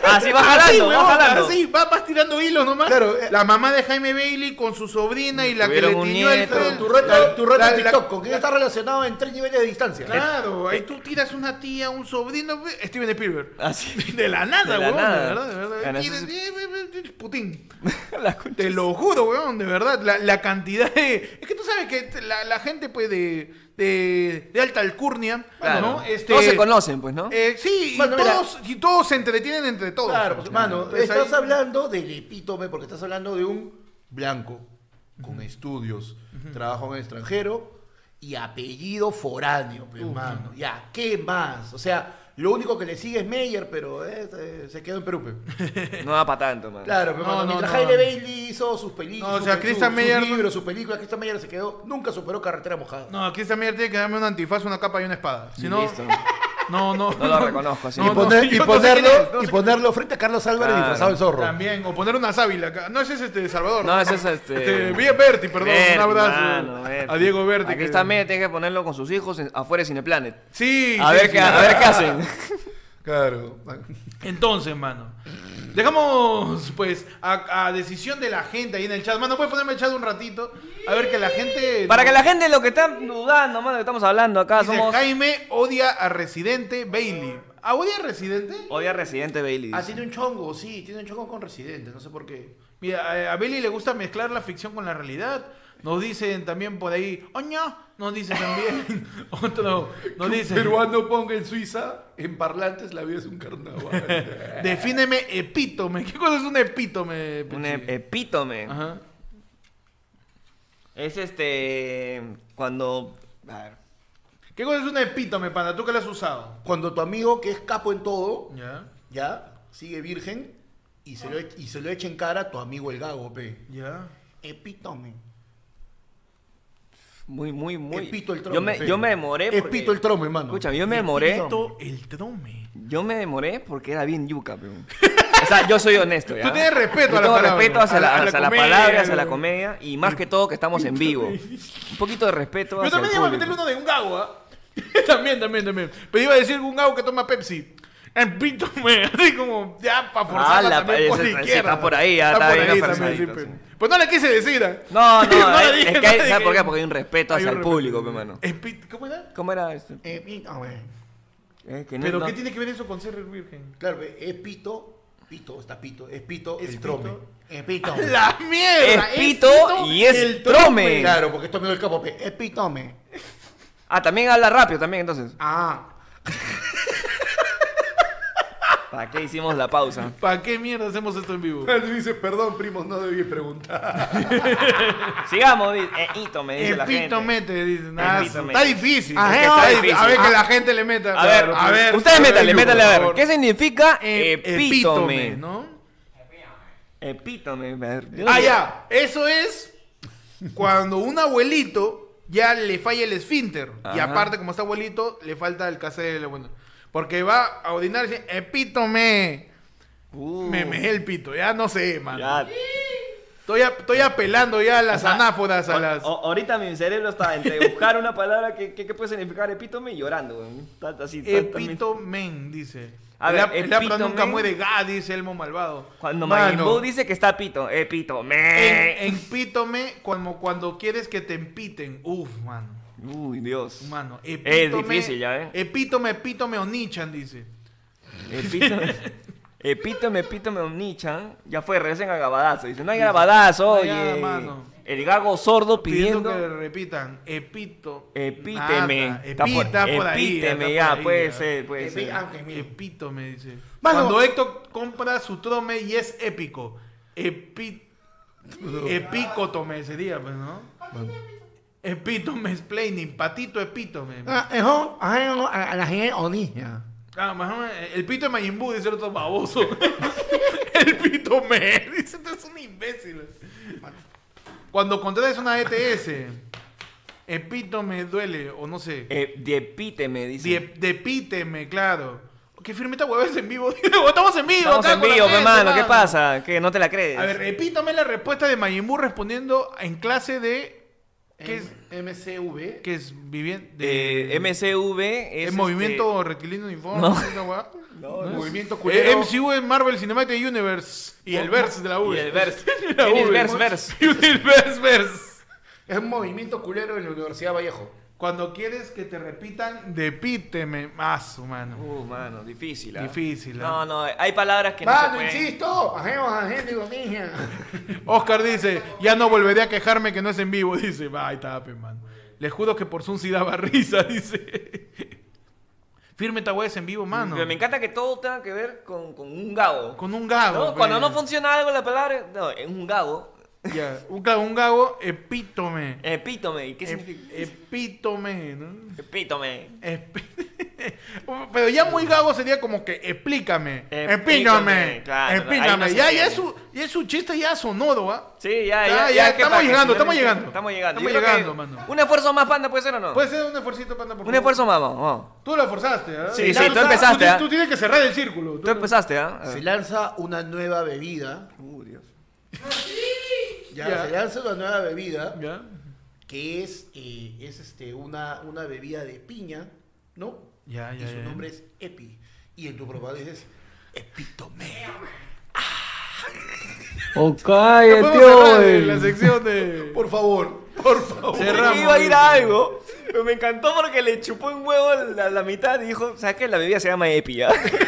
B: Así Ah, va jalando,
A: Así,
B: va
A: Ah, huevón,
B: jalando.
A: así, va- vas tirando hilos nomás.
C: Claro, eh.
A: la mamá de Jaime Bailey con su sobrina y la que le
B: Tuvieron un
A: tiñó el
B: nieto.
A: pelo.
C: Tu reto,
A: La-
C: tu reto
A: la-
C: en
A: la-
C: TikTok, ¿con quién está relacionado en tres niveles de distancia?
A: Claro, ahí tú tiras una tía, un sobrino, pe- Steven Spielberg.
B: Así.
A: De la nada,
B: De la
A: weón,
B: nada.
A: de verdad, de verdad.
B: Bueno,
A: Tienes-
B: eso
A: eh, eh, eh, Putin.
B: La concha
A: Te lo juro, weón, de verdad. La, la cantidad de. Es que tú sabes que te- la, la gente, pues, de. de, de alta alcurnia,
B: Claro.
A: ¿no? Este,
B: Todos se conocen, pues, ¿no?
A: eh, sí, y
C: Bueno, mira.
A: todos, y todos se entretienen entre todos.
C: Claro, pues, mano,
A: Entonces,
C: estás
A: ahí-
C: hablando del epítome, porque estás hablando de un blanco, con estudios, trabajo en el extranjero y apellido foráneo, pues, mano. Ya, ¿qué más? O sea, lo único que le sigue es Meyer, pero eh, eh, se quedó en Perú. pues.
B: No va para tanto, man.
C: Claro,
A: No,
C: pero mano,
A: no,
C: mientras
A: no,
C: Haile
A: no.
C: Bailey hizo sus películas,
A: No, o sea,
C: sus,
A: Christian
C: sus
A: Meyer no-
C: libros, sus películas, Christian Meyer se quedó, nunca superó Carretera Mojada.
A: No, aquí esta mierda tiene que darme un antifaz, una capa y una espada. Si no.
B: Listo.
A: No, no.
B: No lo reconozco, así.
A: No,
C: y,
A: no,
C: poner- y
A: yo no sé quién
C: ponerlo,
A: es, no
C: y
A: sé-
C: ponerlo frente a Carlos Álvarez
B: Claro.
C: disfrazado de zorro.
A: También, o poner una sábila acá. No, ese es este Salvador.
B: No, ese es este-
A: bien Berti, perdón.
B: Berti,
A: un abrazo
B: mano, Berti.
A: a Diego Berti.
B: Aquí
A: que-
B: está Mete, tienes que ponerlo con sus hijos en- afuera de Cineplanet.
A: Sí.
B: A
A: sí,
B: ver
A: sí.
B: qué- a ver qué hacen.
C: Claro.
A: Entonces, mano. Dejamos, pues, a, a decisión de la gente ahí en el chat. Mano, ¿puedes ponerme el chat un ratito? A ver que la gente...
B: Para que la gente lo que está dudando, mano, que estamos hablando acá,
A: Dice,
B: somos...
A: Jaime odia a Residente Bailey. ¿Ah, odia a Residente?
B: Odia a Residente Bailey.
C: Ah,
B: dice.
C: tiene un chongo, sí, tiene un chongo con Residente, no sé por qué.
A: Mira, a- a Bailey le gusta mezclar la ficción con la realidad. Nos dicen también por ahí... ¡Oña! Nos dicen también... Otro... Nos
C: Que un
A: dicen...
C: peruano ponga en Suiza, en parlantes la vida es un carnaval.
A: Defíneme epítome. ¿Qué cosa es un epítome?
B: Un
A: Pechi?
B: ep- epítome.
A: Ajá.
B: Es este... Cuando... A ver.
A: ¿Qué cosa es un epítome, pana? ¿Tú que lo has usado?
C: Cuando tu amigo, que es capo en todo,
A: Ya.
C: ya, sigue virgen y se lo, e- y se lo echa en cara a tu amigo el gago, pe.
A: Ya.
C: Epítome.
B: Muy, muy, muy...
C: Epito el trono.
B: yo, me,
C: pe.
B: yo me demoré porque...
C: Epito el trono, hermano.
B: Escucha, yo me demoré...
A: Esto, el trome.
B: Yo me demoré porque era bien yuca, peón. O sea, yo soy honesto, ¿ya?
A: Tú tienes respeto
B: Yo
A: a la
B: tengo
A: palabra.
B: respeto hacia
A: A la-
B: la,
A: a la
B: hacia la
A: comedia,
B: palabra, hacia la
A: weón.
B: comedia y más que todo que estamos en vivo. Un poquito de respeto
A: Yo
B: hacia el
A: también iba a meterle
B: público.
A: uno de un gago, ¿ah? también, también, también. Pero iba a decir un gago que toma Pepsi. Empítome, así como ya para
B: Ah,
A: forzarla
B: la
A: también por
B: pa-
A: la
B: ese- ese
A: izquierda.
B: está por ahí, ya, está bien
A: también, sí,
B: afanadito,
A: pe. Pues no le quise decir. ah.
B: No, no,
A: le
B: hay-
A: dije,
B: es que
A: no le
B: hay- ¿sabes
A: dije.
B: por qué? Porque hay un respeto
A: Hay
B: hacia
A: un
B: el
A: respeto.
B: público, pe, mano.
A: Empí- ¿Cómo era?
B: ¿Cómo era esto?
C: Empítame.
B: Eh, que no-
A: ¿Pero
B: no-
A: qué tiene que ver eso con ser virgen?
C: Claro, es pito, pito, está pito, es pito,
A: Es
C: el
A: pito.
C: trome. Es pito.
B: Eh.
A: ¡La mierda!
B: Es pito y es trome.
C: Claro, porque esto me dio el capo, pe. es pitome.
B: Ah, también habla rápido, también, entonces.
C: Ah,
B: ¿Para qué hicimos la pausa?
A: ¿Para qué mierda hacemos esto en vivo?
C: Él dice, perdón, primo, no debí preguntar.
B: Sigamos, dice. Eh, hito, me dice la gente.
A: Empítome, dicen. Ah,
B: Empítome.
A: Está difícil.
C: Ajá,
A: Es que está
C: ah,
A: difícil. A ver
C: ah.
A: que la gente le meta.
B: A ver,
A: Claro, pues.
B: ustedes métale,
A: Ayuda,
B: métale a
A: por
B: ver.
A: favor.
B: ¿Qué significa
A: Ep-
B: epítome?
A: ¿no?
B: Epítome, a ver. yo no
A: Ah,
B: sé.
A: ya. Eso es cuando un abuelito ya le falla el esfínter. Y
B: Ajá.
A: aparte, como está abuelito, le falta el cassette. Bueno, porque va a ordinar y dice, epítome.
B: Uh,
A: Me meé el pito. Ya no sé, man.
B: ya.
A: Estoy, a- estoy apelando ya a las anáforas, a
B: O-
A: las...
B: o- ahorita mi cerebro está entre buscar una palabra que, que- que puede significar epítome y llorando, güey. Está- está así, está- también.
A: Epitomen, dice.
B: A
A: A
B: ver,
A: ver, el apra
B: epitomen.
A: nunca muere, ga, dice Elmo malvado.
B: Cuando
A: Mano,
B: Majin Buu dice "Eh". que está pito, epítome.
A: en, empítome como cuando quieres que te empiten. Uf, mano.
B: Uy, Dios.
A: Mano,
B: difícil, ya ven.
A: Epítome, epítome o nichan, dice.
B: Epítome. Epítome, epítome omnichan. Ya fue, regresen a Gabadazo. Dice, no hay Gabadazo,
A: No hay
B: oye.
A: nada, mano.
B: El gago sordo
A: Pidiendo,
B: pidiendo.
A: que le repitan. Epito.
B: Epíteme.
A: nada,
B: Está
A: epi-
B: por-
A: está por ahí.
B: epíteme,
A: está
B: ya,
A: por ahí,
B: puede
A: ya.
B: ser, puede
A: Epi-
B: ser.
A: ah, que mi- Epítome, dice.
C: Mano.
A: Cuando Héctor compra su trome y es épico. Epi... Eh, Epicotome sería, pues, ¿no? Epítome explaining, patito epítome. Ah,
C: eso, a la gente onija.
A: más o menos, eh, el pito de Majin Buu, dice el otro baboso. el pito me, dice, tú eres un imbécil. Cuando contraes una E ETS, epítome duele, o no sé.
B: Eh, diepíteme, dice.
A: Die- Depíteme, claro. Que firme esta huevada es en vivo. "Oh, Estamos en vivo,
B: Estamos
A: acá
B: en
A: con la
B: vivo,
A: gente,
B: hermano. ¿Qué
A: mano.
B: pasa? ¿Qué? ¿No te la crees?
A: A ver, repítame la respuesta de Majin Buu respondiendo en clase de. ¿Qué es,
C: MCV?
A: qué es viviendo?
B: Eh, MCV es.
A: ¿Es
B: este,
A: movimiento rectilíneo uniforme?
B: No.
A: esa huevada?
C: No,
A: ¿No es?
C: movimiento
A: Eh,
C: culero.
A: MCU es Marvel Cinematic Universe. Y el verse de la U.
B: Oh, este, Y el verse.
A: La
B: Tiene el
A: V.
B: verse, verse.
A: Y el verse, verse.
C: Es un movimiento culero en la Universidad Vallejo.
A: Cuando quieres que te repitan, depíteme más, humano.
B: Uh, mano, difícil. ¿ah?
A: Difícil,
B: No,
A: ¿ah?
B: no, hay palabras que no. se
C: Mano,
B: pueden-
C: insisto, ah, ajeno, ajeno, onija.
A: Oscar dice, ya no volveré a quejarme que no es en vivo. Dice, bye, tape, man. Les juro que por Zoom sí daba risa, dice. Firme esta hueá es en vivo, mano.
B: Pero me encanta que todo tenga que ver con, con un gago.
A: Con un gago. pues.
B: ¿No?
A: pe.
B: Cuando no funciona algo la palabra, no, es un gago.
A: Ya, Un, claro, un gago, epítome.
B: Epítome, ¿y qué
A: Ep-
B: significa?
A: Epítome, ¿no?
B: Epítome.
A: Esp- Pero ya muy gago sería como que explícame,
B: Explícame,
A: explícame,
B: claro,
A: explícame.
B: ahí no se
A: ya, ya, es
B: entiende.
A: su, ya es su chiste ya sonoro, ¿ah?
B: Sí,
A: Ya,
B: ya, ya,
A: ya,
B: que
A: estamos
B: para que
A: llegando,
B: finalmente-
A: estamos llegando.
B: Estamos llegando.
A: Estamos
B: Yo creo
A: llegando,
B: que
A: mano. Pues,
B: Un esfuerzo más, panda, ¿puede ser o no?
A: ¿Puede ser un esfuercito, panda, por
B: un
A: favor?
B: esfuerzo más, vamos. vamos.
A: Tú lo forzaste, ¿ah?
B: Sí, sí,
A: Lanza-
B: tú empezaste,
A: ti-
B: ¿ah?
A: Tú tienes que cerrar el círculo.
B: Tú empezaste, ¿ah?
C: Se lanza una nueva bebida.
B: Uh, Dios.
C: Ya,
A: Ya.
C: se lanza una nueva bebida.
A: ¿Ya?
C: que es, eh, es este, una, una bebida de piña, ¿no?
A: Ya, ya,
C: y su
A: ya.
C: nombre es Epi. Y en tu probado dices, Epitome.
B: Ok,
A: Ya podemos cerrar eh, la sección de...
C: Por favor, por favor.
A: Cerramos.
B: iba a ir a algo, pero me encantó porque le chupó un huevo la, la mitad y dijo, ¿sabes qué? La bebida se llama Epi, ¿ah? ¿ya?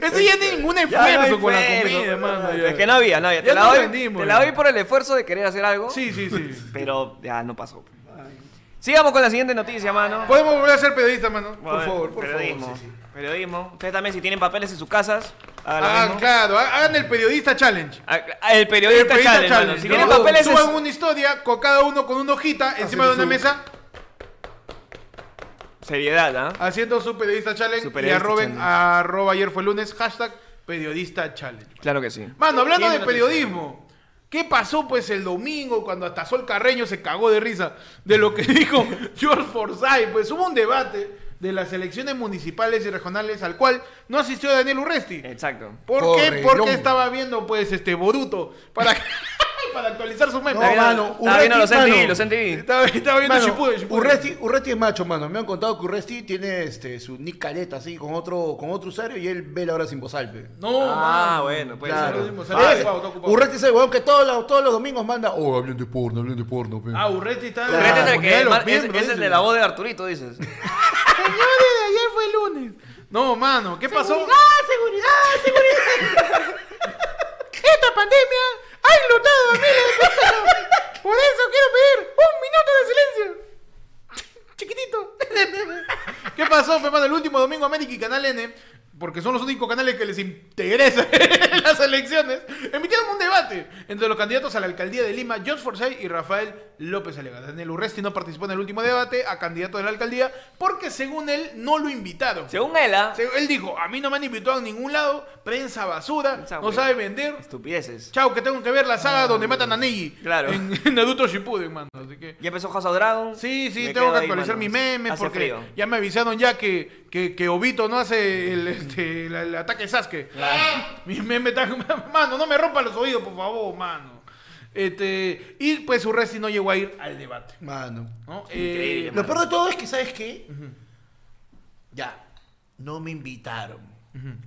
A: Eso ya tiene ningún
B: Ya no hay
A: esfuerzo con la
B: esfuerzo,
A: comida,
B: no,
A: mano.
B: no,
A: ya.
B: Es que no había, no había. Te,
A: Ya
B: la
A: nos
B: doy,
A: rendimos,
B: te
A: ya.
B: la doy por el esfuerzo de querer hacer algo.
A: Sí, sí, sí.
B: Pero ya no pasó. Sigamos con la siguiente noticia, mano.
A: Podemos volver a ser periodistas, mano. Pues,
B: Bueno,
A: Por favor, por
B: periodismo,
A: favor. sí, sí.
B: Periodismo. Ustedes también, si tienen papeles en sus casas, hagan lo
A: Ah,
B: mismo.
A: claro. ha- Hagan el periodista challenge.
B: Ah, cl- ah, El periodista,
A: periodista
B: challenge, mano. Si
A: ¿no?
B: tienen papeles en
A: Suban
B: su-
A: una historia con cada uno con una hojita encima de una
C: su-
A: mesa
B: Seriedad, ¿ah?
A: haciendo su periodista challenge
B: Su
A: y
B: periodista
A: arroben
B: challenge.
A: arroba ayer fue lunes hashtag periodista challenge.
B: Claro que sí.
A: Mano, hablando de
B: Siguiente noticia.
A: periodismo, ¿qué pasó pues el domingo cuando hasta Sol Carreño se cagó de risa de lo que dijo George Forsyth? Pues hubo un debate de las elecciones municipales y regionales al cual no asistió
B: Eh,
A: Daniel Urresti.
B: Exacto.
A: ¿Por qué?
C: Correlón.
A: Porque estaba viendo pues este Boruto para que- para actualizar su meme.
C: No, mano,
B: Estaba viendo los
C: Urresti,
B: MTV,
C: mano.
B: los MTV.
A: Estaba, estaba viendo
C: Mano,
A: Shippuden, Shippuden.
C: Urresti, Urresti es macho, mano. Me han contado que Urresti tiene este, su nick caleta así con otro, con otro usuario y él ve la hora sin bozal. pe.
A: No,
B: Ah,
A: mano.
B: bueno, puede
A: Claro.
B: ser.
A: O sea,
C: Ah,
A: está ocupado, está ocupado.
C: Urresti es el weón que todos los, todos los domingos manda. Oh, hablen de porno, hablen de porno. pe".
A: Ah, Urresti está...
B: Urresti este
C: Urresti
B: es el
C: Ah,
B: que-
C: ponía los
B: ma- es-
C: miembros,
B: es el
C: dice.
B: de la voz de Arturito, dices.
A: Señores, ayer fue el lunes. No, mano, ¿qué pasó?
C: seguridad!
A: Esta pandemia ha enlutado a miles de personas. Por eso quiero pedir un minuto de silencio. Chiquitito. ¿Qué pasó, fue mano? El último domingo América y Canal N, porque son los únicos canales que les interesa las elecciones, emitieron un debate entre los candidatos a la alcaldía de Lima, George Forsyth y Rafael López Alegada. Daniel Urresti no participó en el último debate a candidato de la alcaldía porque, según él, no lo invitaron.
B: Según él, ah,
A: Se- Él dijo, a mí no me han invitado a ningún lado, prensa basura,
B: Prensa,
A: no
B: güey.
A: sabe vender.
B: estupideces.
A: Chao, que tengo que ver la saga donde matan a Neji.
B: Ah, Claro.
A: En, en Naruto Shippuden, mano. Así que...
B: Ya empezó House of Dragon.
A: Sí, sí,
B: Me
A: tengo
B: quedo
A: que
B: ahí,
A: actualizar
B: mano.
A: mis memes
B: Hace
A: porque
B: frío.
A: ya me avisaron ya que, que, que Obito no hace el, este, el, el ataque de Sasuke. Mis memes están... Mano, no me rompan los oídos, por favor, mano. Este, y pues Urresti no llegó a ir al debate.
C: Mano.
A: ¿no?
B: Increíble,
A: Eh,
C: Lo peor de todo es que, ¿sabes qué? Ya, no me invitaron.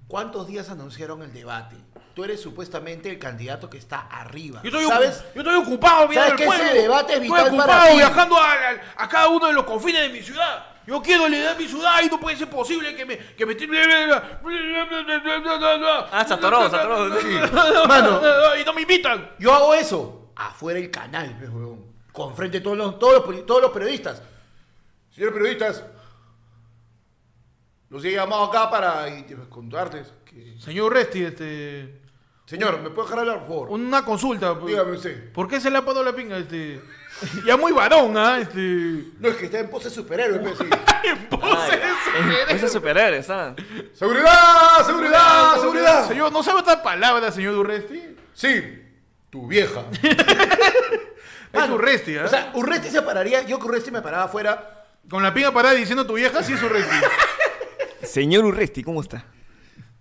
C: ¿Cuántos días anunciaron el debate? Tú eres supuestamente el candidato que está arriba.
A: Yo estoy,
C: ¿Sabes?
A: yo estoy ocupado viendo
C: ¿Sabes
A: el
C: que ese
A: pueblo.
C: debate es vital
A: estoy
C: para
A: ocupado
C: ti?
A: viajando a, a- a cada uno de los confines de mi ciudad. Yo quiero liderar mi ciudad y no puede ser posible que me... Que me...
B: Ah, se atoró, se atoró.
C: Mano.
A: Y no me invitan.
C: Yo hago eso afuera del canal, pues, huevón. Con frente a todos los, todos, los, peri- todos los periodistas. Señores periodistas, los he llamado acá para y- pues, contarles que...
A: Señor Resti, este...
C: Señor, ¿me puede dejar hablar, por favor?
A: Una consulta. pues.
C: Dígame usted.
A: ¿Por qué se le ha parado la pinga? Este... Ya muy varón, ¿ah? Este... eh,
C: No, es que está en pose de superhéroe, pues, sí.
B: Ah,
A: Pose de superhéroe.
B: Ese superhéroe, está.
C: ¡Seguridad! ¡Seguridad! ¡Seguridad!
A: Señor, ¿no sabe otra palabra, señor Urresti?
C: Sí, tu vieja.
A: Es Urresti, ¿ah?
C: O sea, Urresti se pararía, yo que Urresti me paraba afuera.
A: Con la pinga parada diciendo tu vieja, sí es Urresti.
B: Señor Urresti, ¿cómo está?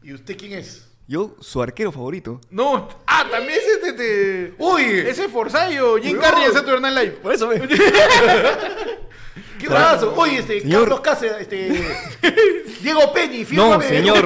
C: ¿Y usted quién es?
B: Yo, su arquero favorito.
A: No, ah, también es este. te-
C: ¡Uy!
A: Ese Forsayo, Jim
C: Weón.
A: Carrey de Saturday Night Live.
B: Por eso me...
C: ¡Qué brazo! ¡Uy, este,
B: Señor.
C: Carlos Cáceres, este... Diego Peñi,
B: No,
C: fírmame.
B: señor.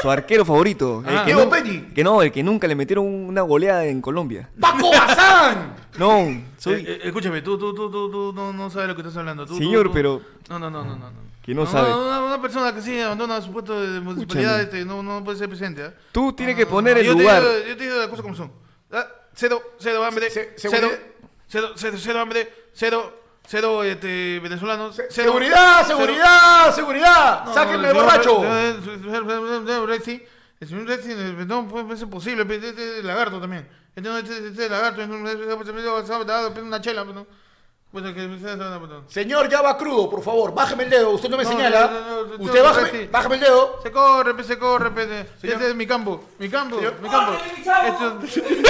B: Su arquero favorito.
A: Ah.
B: El que,
C: Diego
B: nun-
C: Peñi.
B: que no, el que nunca le metieron una goleada en Colombia.
C: ¡Paco Bazán!
B: No,
A: Eh,
B: soy.
A: eh, escúchame, tú, tú, tú, tú, tú no, no sabes lo que estás hablando. Tú, tú,
B: Señor,
A: tú.
B: pero-
A: No, no, no, no, no. no.
B: Que no sabe.
A: Una, una persona que sí abandona su puesto de municipalidad este, no, no puede ser presidente. ¿ah?
B: Tú tienes
A: No,
B: que
A: no,
B: poner
A: no,
B: el
A: yo
B: lugar.
A: Te digo, yo te digo las cosas como son. Ah, Cero, cero hambre.
C: Se-
A: Cero,
C: seguridad.
A: cero, cero, cero hambre. Cero, cero este, venezolanos. Cero,
C: ¡Seguridad,
A: cero-
C: seguridad, seguridad!
A: No,
C: ¡Sáquenme
A: no,
C: el
A: no,
C: borracho!
A: eh, no, no, Rexy, eh, el señor Rexy, No puede ser posible. Este este es lagarto también. Este no, este- este es lagarto. este no, este- este- este- este- este- Una chela. pues, ¿no? Pues, que- Se
C: Señor, ya va crudo, por favor, bájeme el dedo, usted no me
A: No,
C: señala.
A: no, no, no, no,
C: usted
A: no,
C: bájeme,
A: Urresti.
C: bájeme el dedo.
A: se corre, pe, se corre. pe, se-
C: Señor.
A: Este es mi campo. Mi campo.
C: Señor.
A: Mi campo. Esto-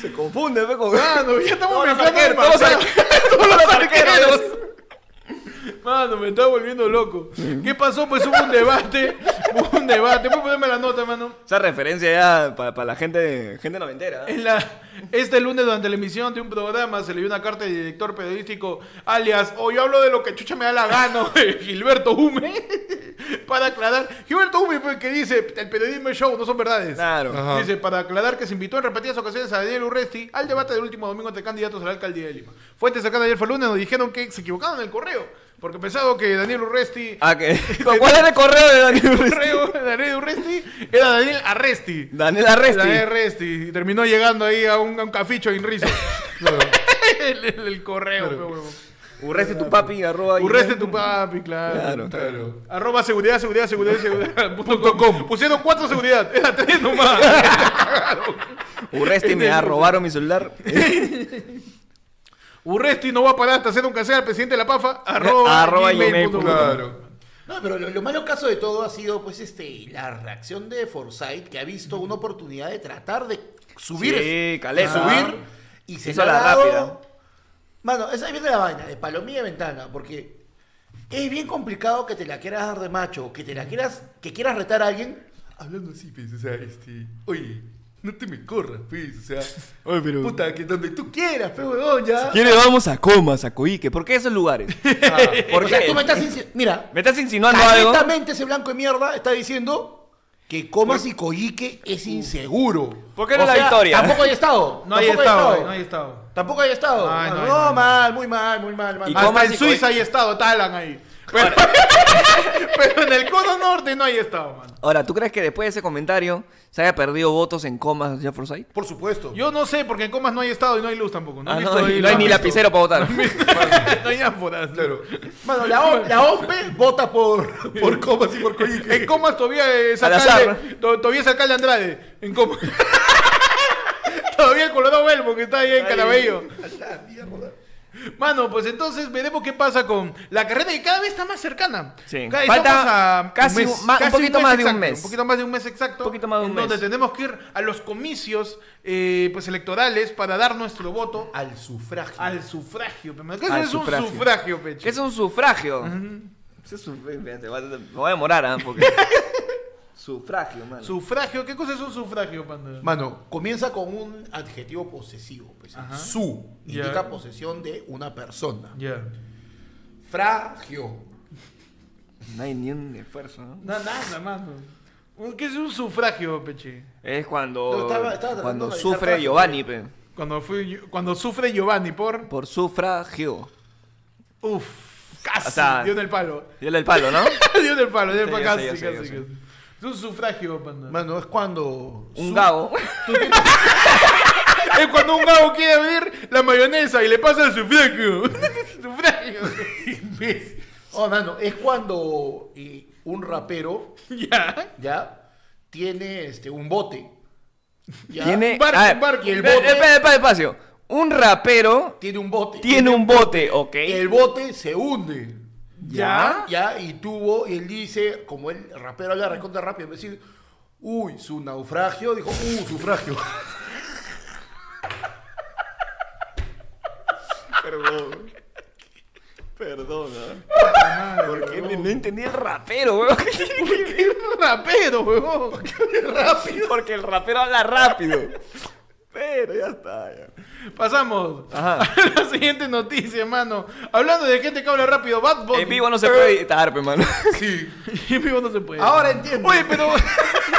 B: Se confunde, pe, con-
A: Mano, ah, ya estamos
B: Todos los
A: mezclando el
B: arqueros, todos los
A: Marsella. Todos los arqueros.
B: arqueros.
A: Mano, me está volviendo loco. ¿Qué pasó? Pues hubo un debate. Hubo un debate. Puedes ponerme la nota, mano.
B: Esa referencia ya para la gente, gente noventera. ¿eh?
A: En la, este lunes, durante la emisión de un programa, se le dio una carta del director periodístico, alias, o yo hablo de lo que chucha me da la gana, de Gilberto Hume, para aclarar. Gilberto Hume, pues, que dice, el periodismo es show, no son verdades.
B: Claro.
C: Ajá.
A: Dice, para aclarar que se invitó en repetidas ocasiones a Daniel Urresti al debate del último domingo entre candidatos a la alcaldía de Lima. Fuentes acá ayer fue el lunes, nos dijeron que se equivocaron en el correo, porque pensaba que Daniel Urresti...
B: Ah, que- ¿Cuál era el correo de Daniel Urresti?
A: correo de Daniel Urresti era Daniel Arresti.
B: Daniel Arresti.
A: La Resti. Y terminó llegando ahí a un, a un caficho en Rizo. el, el- el correo, pe, huevo.
B: Urresti tu papi, arroba.
A: Urreste tu papi, claro.
B: Claro.
C: Claro.
A: Arroba seguridad, seguridad, seguridad, seguridad. punto com. Pusieron cuatro seguridad. Era tres nomás.
B: Urresti me ha robado mi celular.
A: Urresti no va a parar hasta hacer un casero al presidente de la PAFA. Arroba,
B: Arroba
A: gmail punto com.
B: gmail punto
C: No, pero lo, lo malo caso de todo ha sido, pues, este, la reacción de Forsyth, que ha visto una oportunidad de tratar de subir.
B: Sí, caleta.
C: de subir. Y se
B: Hizo
C: le ha
B: la
C: dado-
B: rápida.
C: Mano, esa ahí viene la vaina, de palomilla y ventana, porque es bien complicado que te la quieras dar de macho, que te la quieras, que quieras retar a alguien.
D: Hablando así, pues, o sea, este. Oye, no te me corras, pues, o sea. Oye, pero. Puta, que donde tú quieras, pues, huevón, ya. Ah,
B: ¿Quiere vamos a Comas, a Coique? ¿Por qué esos lugares? ¿Por
C: o sea,
B: qué?
C: tú me estás insi- Mira,
B: ¿Me estás insinuando algo?
C: Directamente ese blanco de mierda está diciendo que Comas y Coyique es inseguro.
B: ¿Por qué no
C: O
B: la
C: sea,
B: victoria?
C: Tampoco hay estado.
A: No hay
C: tampoco
A: estado, no hay estado.
C: Tampoco hay estado.
A: Ay, no
C: no,
A: hay, no hay.
C: mal, muy mal, muy mal, mal.
B: Y
C: mal.
B: cómo
A: Hasta en
B: así,
A: Suiza
B: coy?
A: hay estado, Talan ahí. Pero, pero en el cono norte no hay estado, mano.
B: Ahora, ¿tú crees que después de ese comentario se haya perdido votos en Comas, Jeff Forsyth?
C: Por supuesto.
A: Yo no sé, porque en comas no hay estado y no hay luz tampoco. No,
B: Ah,
A: he
B: no,
A: visto ahí
B: y no hay
A: la-
B: ni lapicero para votar.
A: no hay ánforas.
D: Claro.
C: Mano, la, O- la OMPE vota por, por Comas y por Coyique.
A: En comas todavía es
B: Al
A: alcalde.
B: azar.
A: to- Todavía es alcalde Andrade. En comas. todavía el Colorado Belmo que está ahí en Carabello. Mano, pues entonces veremos qué pasa con la carrera que cada vez está más cercana.
B: Sí.
A: Ca-
B: Falta
A: estamos un
B: casi
A: mes-
B: un- ma- un
A: mes
B: poquito más de un
A: exacto,
B: mes.
A: Un poquito más de un mes exacto.
B: Un poquito más de un
A: en
B: mes.
A: Donde tenemos que ir a los comicios eh, pues electorales para dar nuestro voto
C: Al sufragio.
A: al sufragio. pe, mano. ¿Qué
B: Al
A: es un
B: sufragio.
A: sufragio, pecho?
B: ¿Qué es un sufragio? Ese suf- espérate, va- Me voy a demorar, ¿ah? Porque... sufragio, mano.
A: Sufragio, ¿qué cosa es un sufragio, panda?
C: Mano, comienza con un adjetivo posesivo. pues, Su.
A: Ya.
C: Indica posesión de una persona.
A: Ya.
C: Fragio.
B: No hay ni un esfuerzo, ¿no?
A: Na- Nada, mano. Un- ¿Qué es un sufragio, Peche?
B: Es cuando,
C: No, estaba- estaba tratando
B: cuando
C: de analizar
B: sufre
C: frágil.
B: Giovanni, pe.
A: Cuando, fui, cuando sufre Giovanni por.
B: Por sufragio.
A: Uf, casi.
B: O sea-
A: dio en el palo.
B: Dile el palo, ¿no?
A: dio en el palo, dio en el
B: Sí,
A: palo. Casi,
B: yo sé, yo
A: casi,
B: sé, yo sé.
A: casi. Es un sufragio, panda.
C: Mano, es cuando.
B: Un
C: su-
B: gago.
A: Es cuando un gago quiere abrir la mayonesa y le pasa el sufragio. sufragio.
C: Oh, mano, es cuando eh, un rapero,
A: ya.
C: ya, tiene este, un bote. ¿ya?
B: Tiene.
A: Un barco,
B: a ver,
A: un barco,
C: y el
B: espera,
C: bote.
B: espera, espera, despacio. Un rapero
C: Tiene un bote.
B: tiene un bote, ¿ok?
C: El bote se hunde.
A: Ya.
C: Ya, y tuvo, y él dice, como el rapero habla recontra rápido, en vez de decir, uy, su naufragio, dijo, uh, sufragio.
B: Perdón. Perdón. ¿Por qué me- no entendí el rapero, weón?
A: Es un rapero, huevón.
B: rápido. Porque el rapero habla rápido. Pero ya está. ya.
A: Pasamos
B: Ajá.
A: a la siguiente noticia, hermano. Hablando de gente que habla rápido, Bad Bunny.
B: En vivo no se puede editar, pe, mano.
C: Sí.
A: en vivo no se puede.
C: Ahora entiendo.
A: Oye, pero.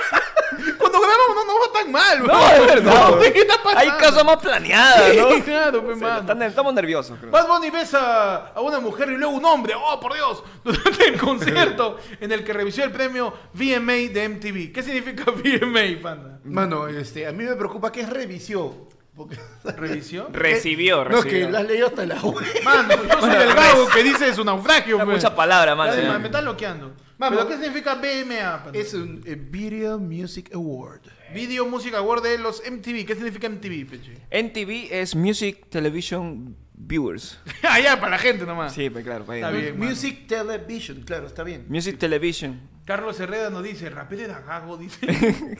A: Cuando grabamos no nos va tan mal,
B: No,
A: weón.
B: es verdad.
A: No, ¿Qué está pasando?
B: Hay cosas más planeadas, ¿no?
A: Sí, claro, pues, pe,
B: Se-
A: mano.
B: están- estamos nerviosos, creo.
A: Bad Bunny besa a una mujer y luego un hombre. ¡Oh, por Dios! Durante el concierto en el que revisó el premio VMA de MTV. ¿Qué significa VMA, panda?
C: Mano, este, a mí me preocupa que es revisión. Porque...
A: ¿Revisió?
B: Recibió,
C: No, que
B: recibió.
C: lo has leído hasta la web.
A: Mano, yo soy el gago que dice de su naufragio,
B: Hay
A: pe.
B: mucha palabra, mano.
A: Dale,
B: ya.
A: man, Me está bloqueando.
C: Vamos.
A: ¿Pero qué significa VMA, panda?
C: Es un eh, Video Music Award.
A: Video Music Award de los MTV. ¿Qué significa MTV, peche?
B: NTV es Music Television Viewers.
A: Ah, ya, para la gente nomás.
B: Sí, pues claro. pues,
A: Está
B: ¿no?
A: bien, mano.
C: Music Television, claro, está bien.
B: Music Television.
A: Carlos Herrera nos dice, rapero era gago, dice.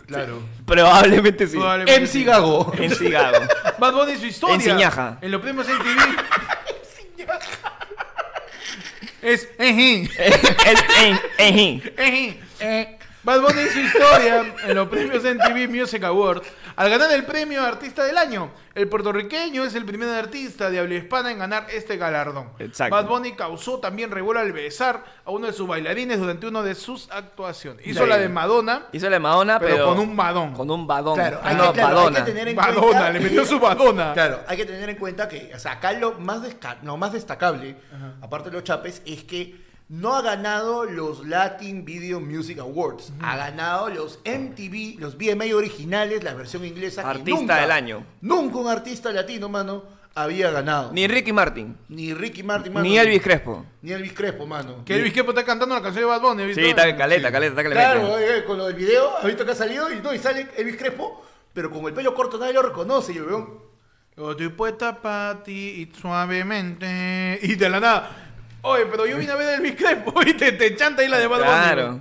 C: Claro.
B: Probablemente sí.
A: Probablemente sí.
C: MC Gago.
B: En Chicago.
A: Bad Bunny su historia.
B: En Ciñaja.
A: En los premios MTV. es, eh, ejí,
B: El- en- en-
A: ejí. eh. Bad Bunny su historia en los premios MTV Music Awards al ganar el premio Artista del Año. El puertorriqueño es el primer artista de habla hispana en ganar este galardón.
B: Exacto.
A: Bad Bunny causó también revuelo al besar a uno de sus bailarines durante una de sus actuaciones. Hizo
B: Sí.
A: la de Madonna,
B: Hizo la de Madonna,
A: pero,
B: pero.
A: con un badón.
B: Con un badón.
C: Claro,
B: Ah,
C: hay,
B: no,
C: que, claro, hay que
B: badona.
C: tener en
A: Badona,
C: cuenta
A: le
C: que-
A: metió su badona.
C: Claro, hay que tener en cuenta que, o sea, acá lo más, desca- lo más destacable, aparte de los chapes, es que no ha ganado los Latin Video Music Awards. Ha ganado los MTV, los VMA originales, la versión inglesa. que
B: Artista
C: nunca-
B: del año.
C: Nunca un artista latino, mano, había ganado. Ni,
B: Ni Ricky Martin.
C: Ricky Martin, mano.
B: Ni Elvis Crespo.
C: Ni Elvis Crespo, mano.
A: Que Elvis Crespo está cantando la canción de Bad Bunny. ¿viste?
B: Sí, está bien, caleta, caleta, está caleta.
C: Claro, eh, con lo del video, has visto que ha salido y no, y sale Elvis Crespo, pero con el pelo corto nadie lo reconoce, y el weón,
A: Yo estoy puesta para ti y suavemente. Y de la nada. Oye, pero yo vine a ver el Elvis Crespo y te, te chanta ahí la de Bad Bunny.
B: Claro.
A: ¿no?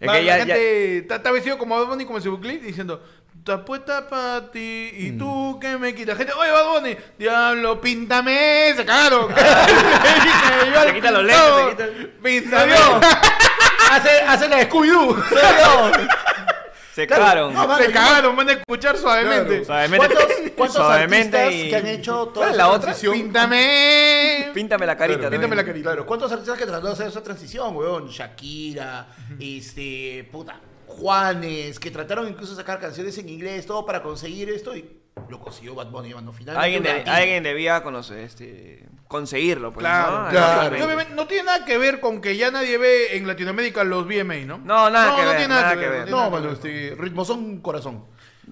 B: Es
A: Va,
B: que ya,
A: la
B: ya-
A: gente está- está vestido como Bad Bunny, como su clip, diciendo: Tapuesta para ti
B: Mm.
A: y tú que me quitas. Gente, oye, Bad Bunny, diablo, píntame. Se cagaron. se
B: Se quita los lentes, se quita el-
A: Píntame.
C: hace, hace la de Scooby-Doo.
B: Se
C: Claro,
B: cagaron.
C: no,
A: Se cagaron, van a escuchar suavemente.
B: Suavemente.
C: ¿Cuántos, cuántos
B: Suavemente
C: artistas
B: y-
C: que han hecho
B: ¿Cuál
C: toda
B: es
C: esa
B: la otra?
C: transición?
A: Píntame.
B: Píntame la carita.
A: Claro,
B: también.
A: píntame la carita.
C: Claro, ¿cuántos artistas que trataron de hacer esa transición, weón? Shakira, este, puta, Juanes, que trataron incluso de sacar canciones en inglés, todo para conseguir esto y lo consiguió Bad Bunny, mano. Finalmente.
B: Alguien,
C: un
B: de-
C: latino.
B: alguien debía conocer, este, conseguirlo, pues.
A: Claro,
B: ¿no?
A: claro.
B: Exactamente.
A: Y obviamente no tiene nada que ver con que ya nadie ve en Latinoamérica los VMA, ¿no?
B: No, nada que ver, nada que ver.
A: tiene
C: No,
A: nada que
C: mano,
A: ver.
C: este, ritmo son corazón.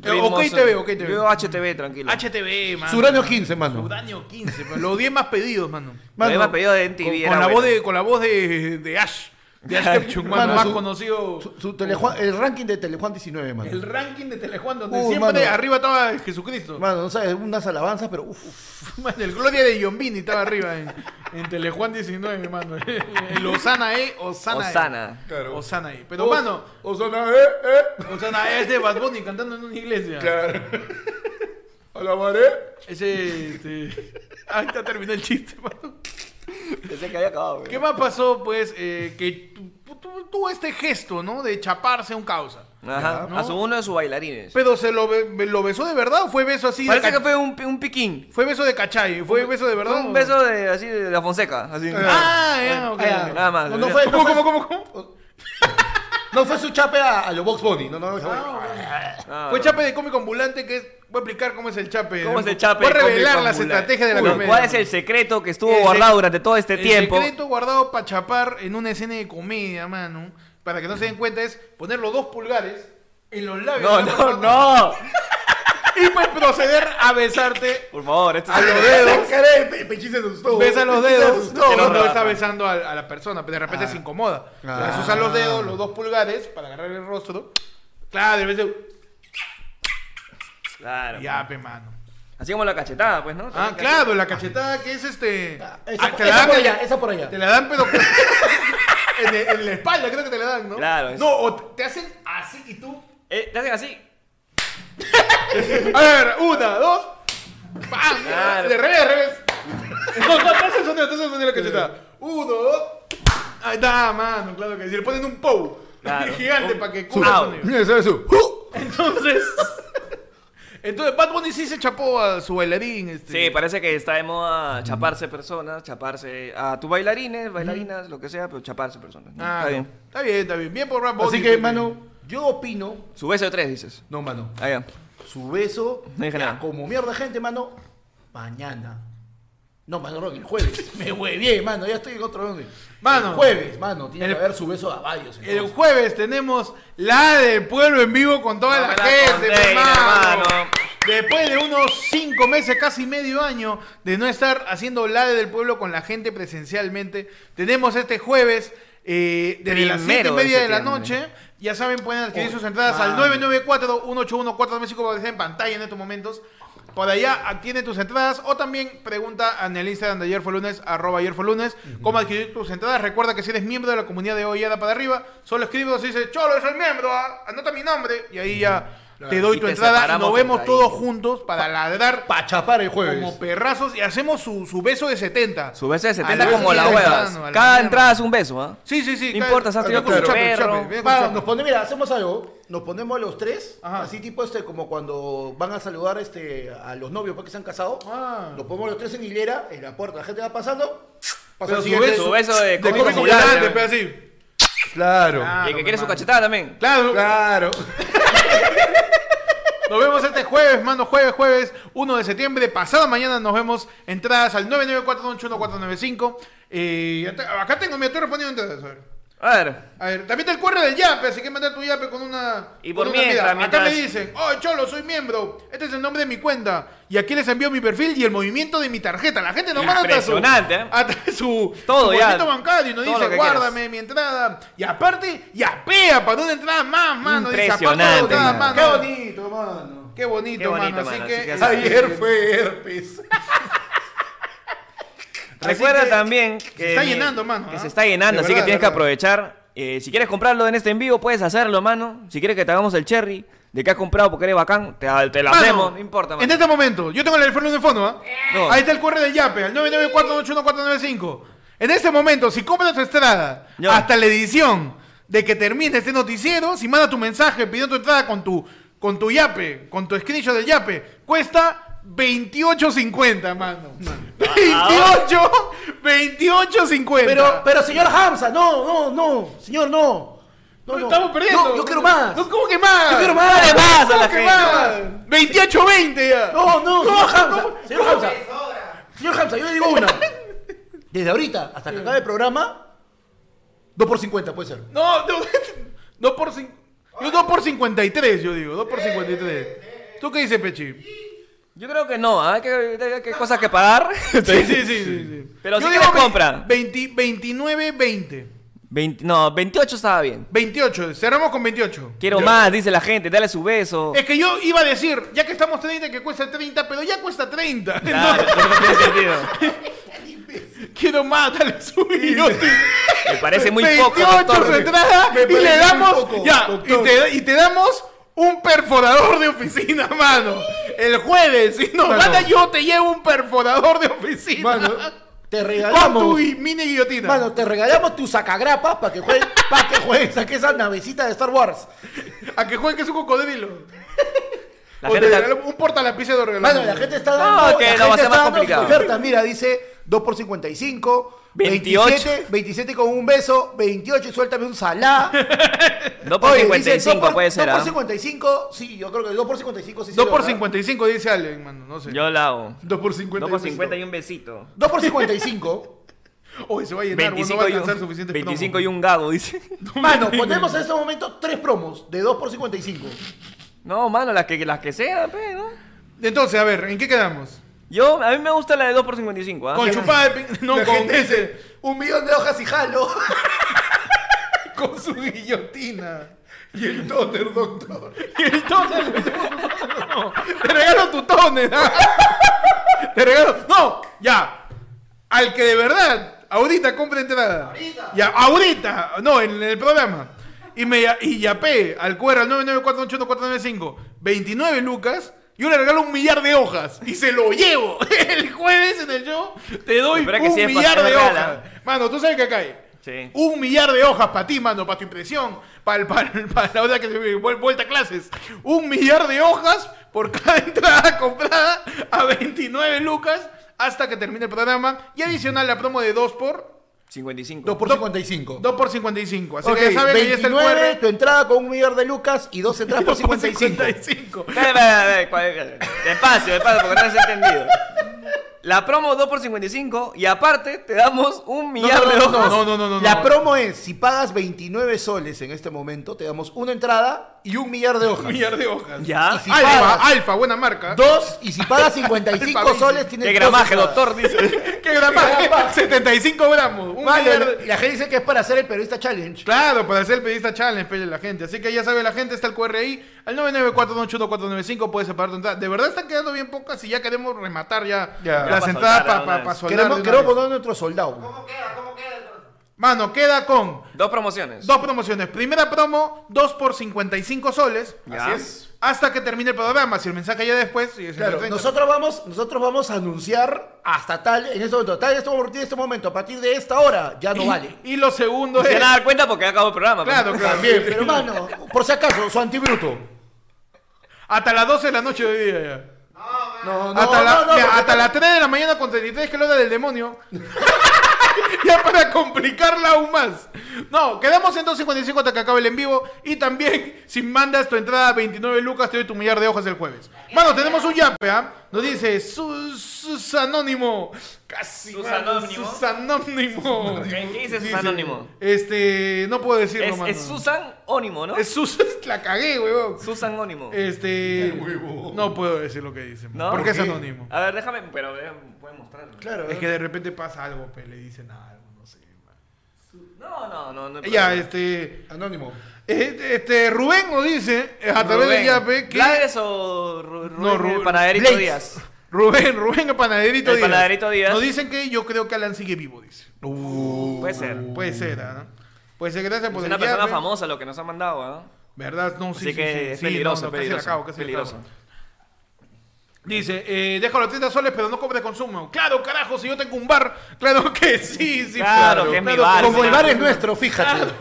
A: Eh,
B: Ritmo,
A: ok,
B: sí.
A: te veo, ok, te veo.
B: Yo HTV, tranquilo.
A: HTV, mano. pues,
C: Suranio 15, mano.
A: Suranio 15, mano. Los 10 más pedidos, mano.
B: Lo
C: Mano,
B: había pedido de
A: Con,
B: MTV. era
A: con la
B: bueno.
A: voz de, con la voz de, de Ash. De Ash Ketchum, mano.
C: Mano,
A: Más
C: su-
A: conocido.
C: Su- su Telejuan- el ranking de Telejuan 19, mano.
A: El ranking de Telejuan, donde
C: Uy,
A: siempre
C: mano.
A: arriba estaba Jesucristo.
C: Mano, no sabes, unas alabanzas, pero uff.
A: Mano, el Gloria de Yombini estaba arriba en, en Telejuan 19, mano. El Osana E, Osana
B: Osana.
A: E.
D: Claro.
A: Osana E. Pero,
D: O-
A: mano,
D: O suena, eh, eh.
A: Osana E es de Bad Bunny cantando en una iglesia.
D: Claro. Alabaré.
A: Ese, este... Ahí está, terminó el chiste, mano.
B: Pensé que había acabado, güey.
A: ¿Qué más pasó, pues, eh, que tu- tu- tuvo este gesto, ¿no? De chaparse a un causa.
B: Ajá.
A: ¿no?
B: A su uno de sus bailarines.
A: Pero, ¿se lo, be- lo besó de verdad o fue beso así? de
B: Parece
A: ca-
B: que fue un, pi- un piquín.
A: Fue beso de cachay, fue beso de verdad.
B: Fue un beso de, así de la Fonseca. Así.
A: Ah, ya, ok.
C: Ah,
B: Nada más.
C: No, no fue, no
A: ¿Cómo,
C: fue-
A: cómo, cómo, cómo?
C: no fue su chape a, a los Box Bunny. No, no, no.
B: Ah,
A: Fue chape de cómico ambulante que es... Voy a explicar cómo es el chape.
B: ¿Cómo es el chape?
A: Voy a
B: de
A: revelar
B: Cómico
A: las
B: Ambulante?
A: estrategias de la
B: Uy,
A: comedia.
B: ¿Cuál es el secreto que estuvo
A: El
B: guardado
A: sec-
B: durante todo este
A: el
B: tiempo?
A: secreto guardado para chapar en una escena de comedia, mano, para que no se den cuenta, es poner los dos pulgares en los labios.
B: No,
A: de la
B: no,
A: persona
B: no.
A: Y pues proceder a besarte.
B: Por favor, esto
A: A
B: es-
A: los dedos.
C: Cara de pe- pechín se asustó.
A: Besa los dedos
B: asustó.
A: cuando
B: No, Ah.
A: está
B: no.
A: besando a, a la persona, pero de repente se incomoda. Entonces
C: Ah.
A: usa los dedos, los dos pulgares, para agarrar el rostro. Claro, de repente.
B: Claro.
A: Ya, pe, mano.
B: Así como la cachetada, pues, ¿no?
A: Ah,
B: También
A: claro, la cachetada que es este.
C: Esa,
A: ah, te la
C: esa
A: dan
C: por
A: en-
C: allá, esa por allá.
A: Te la dan, pero. pues, en, en la espalda, creo que te la dan, ¿no?
B: Claro, es-
A: No, o te te hacen así y tú.
B: cachete- Eh, te hacen así.
A: A ver, una, dos. ¡Pam!
B: Claro.
A: De revés, de revés. No, no, no hace el sonido, no hace el sonido de la cachetada. Uno, dos. Ahí está, mano, claro que sí. Le ponen un pou.
B: Claro.
A: Gigante
B: Un-
A: para que
B: su-
A: cubra el
B: au.
A: sonido.
C: Mira, ¿sabes eso? ¡Uh!
A: Entonces. Entonces, Bad Bunny sí se chapó a su bailarín. Este.
B: Sí, parece que está de moda chaparse personas, chaparse a tus bailarines, bailarinas, lo que sea, pero chaparse personas. ¿no?
A: Ah,
B: Está
A: no.
B: bien.
A: Está bien, está bien. Bien por Bad Bunny.
C: Así que, mano, pues, yo opino.
B: Su beso de tres, dices.
C: No, mano.
B: Ah, ya.
C: Su beso.
B: No dije
C: ya,
B: nada.
C: Como mierda, gente, mano. Mañana. No, mano, no, el jueves. Me huevié, mano. Ya estoy en otro donde.
A: Mano.
C: El jueves, mano. Tiene
A: El-
C: que haber su beso a varios.
A: El
C: entonces.
A: jueves tenemos la del pueblo en vivo con toda
B: No
A: la
B: me la
A: gente, mi
B: conté,
A: hermano.
B: hermano.
A: Después de unos cinco meses, casi medio año, de no estar haciendo la del pueblo con la gente presencialmente, tenemos este jueves eh, desde las siete
B: Primero
A: y
B: de
A: media de, la
B: septiembre.
A: noche. Ya saben, pueden adquirir
C: Oh,
A: sus entradas
C: mano.
A: al 994-181-425 que aparece en pantalla en estos momentos. Por allá adquieren tus entradas o también pregunta en el Instagram de ayer fue lunes, arroba ayer fue lunes, cómo adquirir tus entradas. Recuerda que si eres miembro de la comunidad de Hoy Yada para arriba, solo escribes y dices, cholo, yo soy miembro, ah, anota mi nombre y ahí ya te doy
B: Y
A: tu
B: te
A: entrada y
B: separamos
A: nos vemos
B: por ahí. pues.
A: todos juntos para ladrar
C: Pa' chapar el jueves.
A: como perrazos y hacemos su, su beso de 70.
B: Su beso de
A: A
B: 70
A: la
B: como la
A: mierda,
B: huevas.
A: mano, a la
B: Cada
A: mierda.
B: entrada es un beso, ¿ah?
A: Sí, sí, sí.
B: No
A: cada-
B: importa, estás
A: Viene
B: teniendo
A: con
B: tu
A: chape,
B: perro.
A: chape, viene con
C: Mano,
A: chape.
C: nos pone, mira, hacemos algo. Nos ponemos los tres,
A: Ajá.
C: así tipo este, como cuando van a saludar este, a los novios porque se han casado.
A: Ah.
C: Nos ponemos los tres en hilera, en la puerta, la gente va pasando. Pasa
A: Pero
C: el
A: su
C: siguiente.
A: beso-
B: Su beso de
A: De
B: cómico
A: cómico
B: ambulante,
A: ambulante,
B: ¿no?
A: pero así.
C: Claro.
A: Claro,
B: y el que
A: mi
B: quiere su
A: mano.
B: cachetada también.
A: Claro.
C: Claro.
A: Nos vemos este jueves, mano, jueves, jueves, 1 de septiembre. Pasado mañana nos vemos. Entradas al 994-181-495. Eh, ya te- acá tengo, mira, estoy respondiendo entradas. A ver.
B: A ver.
A: A ver, también está el QR del Yape, así que mandar tu Yape con una.
B: Y
A: con
B: por
A: una
B: mientras,
A: mira. Acá
B: mientras-
A: me dicen, oh, Cholo, soy miembro. Este es el nombre de mi cuenta. Y aquí les envío mi perfil y el movimiento de mi tarjeta. La gente nos manda hasta su.
B: Impresionante, ¿eh?
A: hasta su.
B: Todo
A: su
B: ya.
A: bolsito bancario y nos
B: Todo
A: dice,
B: lo que
A: guárdame mi entrada. Y aparte, yapea para una entrada más, mano. Dice, aparte de la
B: Impresionante,
A: entrada,
B: mano.
A: mano.
C: Qué bonito, mano.
A: Qué bonito,
B: Qué bonito,
A: mano. Así
B: mano,
A: que,
B: así que
A: eh,
B: así-
D: Ayer fue herpes.
B: Recuerda
A: que
B: también que.
A: está llenando, mano,
B: Que
A: ¿ah?
B: se está llenando,
A: De
B: así que
A: verdad,
B: tienes
A: de
B: que
A: verdad.
B: aprovechar. Eh, si quieres comprarlo en este en vivo, puedes hacerlo, mano. Si quieres que te hagamos el cherry, de que has comprado porque eres bacán, te, te la
A: Mano,
B: hacemos, no importa. mano.
A: En este momento, yo tengo el teléfono de fondo, ¿ah?
B: No.
A: Ahí está el QR del Yape, al 994814495. En este momento, si compras tu entrada
B: Ya.
A: hasta la edición de que termine este noticiero, si manda tu mensaje pidiendo tu entrada con tu, con tu Yape, con tu screenshot del Yape, cuesta 28.50, mano. 28, 28.50.
C: Pero, pero señor Hamza, no, no, no, señor, no. No,
A: No,
C: no.
A: estamos perdiendo.
C: No, yo quiero más.
A: No, ¿Cómo que más?
C: Yo quiero más.
B: Dale más a
A: ¿Cómo
B: la
A: que
B: gente.
A: más? 28.20 ya.
C: No, no,
A: ¿Cómo?
C: señor Hamza.
A: ¿Cómo?
C: Señor Hamza. Señor Hamza, yo le digo una. Desde ahorita hasta que acabe el programa, 2 por 50 puede ser.
A: No, no, no por cin- yo no por 53, yo digo, no por 53. ¿Tú qué dices, Pechi?
B: Yo creo que no, ¿ah? hay, que, hay que- hay cosas que pagar.
A: Sí, sí, sí, sí. sí.
B: Pero
A: Yo
B: sí que
A: digo
B: la
A: ve-
B: compra.
A: 20, 29, 20.
B: 20 no, 28 estaba bien.
A: 28, cerramos con 28.
B: Quiero
A: Ya.
B: más, dice la gente, dale su beso.
A: Es que yo iba a decir, ya que estamos 30, que cuesta 30, pero ya cuesta 30.
B: Claro,
A: Entonces,
B: no tiene sentido.
A: quiero más, dale subido.
B: Me parece muy poco.
A: 28
B: doctor.
A: su entrada
C: Me
A: y le
C: parece muy
A: damos
C: poco,
A: ya
C: doctor.
A: y te, y te damos un perforador de oficina, mano. El jueves, si nos
C: Mano.
A: gana yo te llevo un perforador de oficina.
C: Mano, te
A: con
B: eh,
A: tu
C: regalamos.
A: gui- mini guillotina.
C: Mano, te regalamos tu sacagrapas para que juegues, para que juegues, saque esa navecita de Star Wars.
A: A que juegue que es un cocodrilo.
B: La
A: O
B: gente
A: te
B: está-
A: regalamos un portalapicero de regalo.
C: Mano, la gente está dando.
B: que
C: la
B: no, va a ser
C: gente
B: más
C: está dando
B: complicado.
C: su oferta. Mira, dice 2 por 55, 27, 27 con un beso, 28 y suéltame un salá.
B: No por
C: Oye, dice,
B: 55
C: dos por-
B: puede ser.
C: dos
B: ¿ah?
C: por 55, sí, yo creo que 2 por 55 sí.
A: 2 por
C: 55.
A: 55 dice Allen, mano, no sé.
B: Yo la hago.
A: 2 por 50.
B: 2 por 50 y un besito.
C: 2 por 55.
A: Oye, se va a llenar, bueno, no va
B: 25,
A: a
B: y, un,
A: alcanzar suficiente
B: 25 y un gago, dice.
C: Mano, ponemos en este momento tres promos de 2 por 55.
B: No, mano, las que, las que sean, pe, ¿no?
A: Entonces, a ver, ¿en qué quedamos?
B: Yo, a mí me gusta la de 2 por 55, ¿ah?
A: Con chupada de pi- No,
C: La
A: con
C: gente
A: ese.
C: Un millón de hojas y jalo.
A: Con su guillotina.
D: Y el tóner, doctor.
A: Y el tóner. No, te regalo tu tóner. ¿ah? Te regalo. No, ya. Al que de verdad, ahorita compre entrada. Ahorita. Ya, ahorita. No, en el programa. Y me ya- y yapé al QR al 994814495 29 lucas. Yo le regalo un millar de hojas y se lo llevo. El jueves en el show te doy
B: Espera que
A: un
B: sí es pa-
A: millar
B: es
A: de
B: real, ¿eh?
A: hojas. Mano, tú sabes que acá hay.
B: Sí.
A: Un millar de hojas para ti, mano, para tu impresión, para la hora que se vuel- vuelta a clases. Un millar de hojas por cada entrada comprada a 29 lucas hasta que termine el programa. Y adicional la promo de 2 por
B: 55.
C: 2 por 55.
A: 2 por 55. Así
C: Ok,
A: que ya saben que ahí está el
C: 29,
A: QR.
C: tu entrada con un millón de lucas y dos entradas por 55.
A: 55.
B: Espera, espera, espera, espera, espera. Despacio, despacio, porque no se ha entendido. La promo 2 por 55 y aparte te damos un millar de ojos.
A: No, no, no, no,
C: La
A: no.
C: promo es, si pagas 29 soles en este momento, te damos una entrada y un millar de hojas.
A: Un millar de hojas.
B: Ya.
C: si
A: Alfa,
C: pagas-
A: Alfa, buena marca.
C: Dos, y si pagas 55
A: Alfa,
C: soles, tienes
B: Qué
C: dos
B: gramaje,
C: entradas.
B: doctor, dice.
A: ¿Qué gramaje? 75 gramos. Un
C: Vale,
A: millar de-
C: la gente dice que es para hacer el periodista challenge.
A: Claro, para hacer el pedista challenge, pele la gente. Así que ya sabe la gente, está el QR ahí. Al 994-281-495 puedes separar tu entrada. De verdad están quedando bien pocas y ya queremos rematar ya,
C: Ya.
A: las
B: Ya pa'
A: entradas para
B: soltar, ya
A: pa,
B: una
A: pa
B: vez.
A: soldar
C: Queremos,
A: de
C: queremos
A: una vez.
C: poner nuestro soldado.
A: Mano, queda con
B: Dos promociones.
A: dos promociones. Primera promo, 2 por 55 soles.
B: Ya.
D: Así es.
A: Hasta que termine el programa. Si el mensaje ya después, y es el
C: Claro,
A: 30.
C: nosotros vamos, nosotros vamos a anunciar hasta tal, en este momento, tal, en este momento, en este momento, a partir de esta hora, ya no vale.
A: Y lo segundo
B: Se
A: es.
B: van a dar cuenta porque ya acabó el programa. pues.
A: eh. Claro, claro.
C: También, pero hermano, por si acaso, su antibruto.
A: Hasta las 12 de la noche de hoy día ya.
C: No,
A: hasta la- mira,
C: porque-
A: hasta las 3 de la mañana con 33 que es la hora del demonio. ya para complicarla aún más. No, quedamos en 2.55 hasta que acabe el en vivo. Y también, si mandas tu entrada a 29 lucas, te doy tu millar de hojas el jueves. Mano, tenemos un yape, ¿ah? Nos dice Sus, Susanónimo. Casi. mano,
B: Susanónimo.
A: Susanónimo.
B: ¿Qué- qué
A: Dice,
B: dice Susanónimo?
A: Este, no puedo decirlo,
B: Es,
A: mano.
B: es Susan Ónimo, ¿no?
A: Es Sus, la cagué, weón.
B: Susan Ónimo.
A: Este.
D: huevo.
A: No puedo decir lo que dice.
B: ¿No?
A: Porque es
B: ¿Por qué?
A: anónimo.
B: A ver, déjame, pero vean, pueden mostrarlo.
C: Claro.
A: Es que de repente pasa algo, pues, le dicen algo, no sé. man.
B: No, no, no. no hay
A: Ya,
B: problema.
A: este,
C: Anónimo.
A: este. este, Rubén nos dice, eh, a través de
B: Rubén.
A: Yape, que.
B: ¿Blades o Ru- Rubén
A: No, Ru-
B: el Panaderito
A: Blades.
B: Díaz?
A: Rubén, Rubén, el panaderito
B: El
A: Díaz.
B: panaderito Díaz.
A: Nos dicen que yo creo que Alan sigue vivo, dice.
B: Puede ser.
A: Uh, Puede ser, ¿ah? Puede ser, gracias
B: Es
A: por
B: una
A: el
B: persona
A: yape.
B: famosa lo que nos ha mandado, ¿no?
A: ¿Verdad? No, sí,
B: Así
A: sí,
B: que
A: sí,
B: es
A: sí,
B: peligroso,
A: no, no, casi
B: peligroso.
A: la cago, casi la
B: peligroso.
A: cago. Dice, eh, déjalo a 30 soles, pero no compre consumo. Claro, carajo, si yo tengo un bar, claro que sí, sí.
B: Claro, que es mi bar,
C: Como el
B: claro.
C: bar es nuestro, fíjate.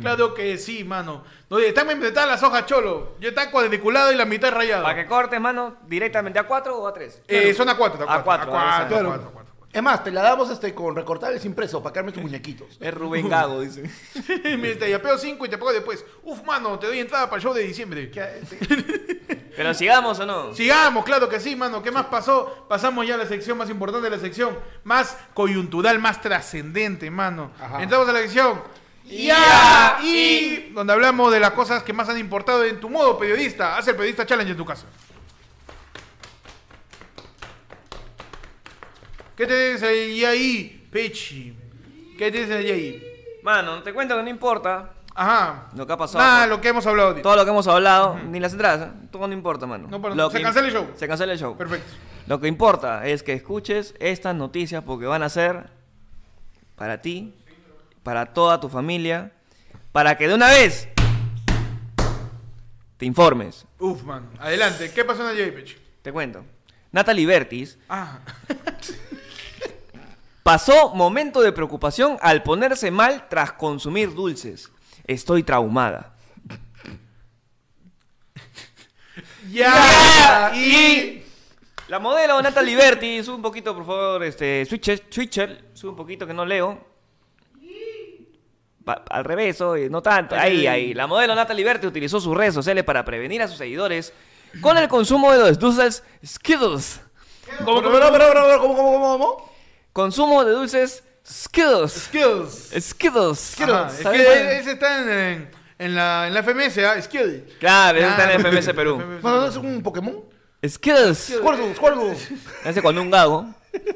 A: Claro que sí, mano. No, oye, están empretadas las hojas, cholo. Yo está cuadriculado y la mitad rayado.
B: Para que cortes, mano, directamente a 4 o a 3.
A: Eh, Son a cuatro,
B: A
A: a cuatro.
B: cuatro, a
A: a
B: esa.
A: cuatro, a
C: Claro.
A: cuatro, a
C: Es más, te la damos este, con recortables impresos para que armes tus muñequitos.
B: Es Rubén Gago, dice.
A: cuatro. Mira, te yapeo cinco y te pago después. Uf, mano, te doy entrada para el show de diciembre.
B: Pero sigamos o no.
A: Sigamos, claro que sí, mano. ¿Qué más pasó? Pasamos ya a la sección más importante de la sección. Más coyuntural, más trascendente, mano. Entramos a la sección.
B: Ya,
A: y donde hablamos de las cosas que más han importado en tu modo periodista. Haz el periodista challenge en tu casa. ¿Qué te dice ahí, ahí, Pechi? ¿Qué te dice ahí?
B: Mano, te cuento que no importa
A: Ajá.
B: lo que ha pasado.
A: Nada,
B: pues.
A: lo que hemos hablado.
B: Todo lo que hemos hablado, ni las entradas, ¿eh? todo no importa, mano.
A: No, pero
B: Lo
A: se
B: que-
A: cancela el show.
B: Se cancela el show.
A: Perfecto.
B: Lo que importa es que escuches estas noticias porque van a ser para ti, para toda tu familia, para que de una vez te informes.
A: Uf, man. Adelante. ¿Qué pasó en el Pechi?
B: Te cuento. Natalie Bertis
A: Ah.
B: pasó momento de preocupación al ponerse mal tras consumir dulces. Estoy traumada.
A: Ya. y...
B: La modelo Natalie Berti, sube un poquito, por favor, este, Switcher, Switcher, sube un poquito que no leo. Pa- al revés, oye, no tanto. Ahí, ahí. La modelo Natalie Berti utilizó sus redes sociales para prevenir a sus seguidores con el consumo de los dulces Skittles.
C: ¿Cómo, cómo, cómo, cómo, cómo, cómo, cómo, cómo?
B: Consumo de dulces Skittles.
A: Skills.
B: Skittles.
A: Ajá,
B: ¿Sabes
A: es
B: cuál?
A: que ese está en, en- en la, en la FMS, ¿ah? Skill.
B: Claro, ese
A: Ah,
B: está en FMS Perú.
A: FMS.
C: ¿No, no es un Pokémon?
B: Skittles.
C: Squirtle, Squirtle.
B: Ese con un gago.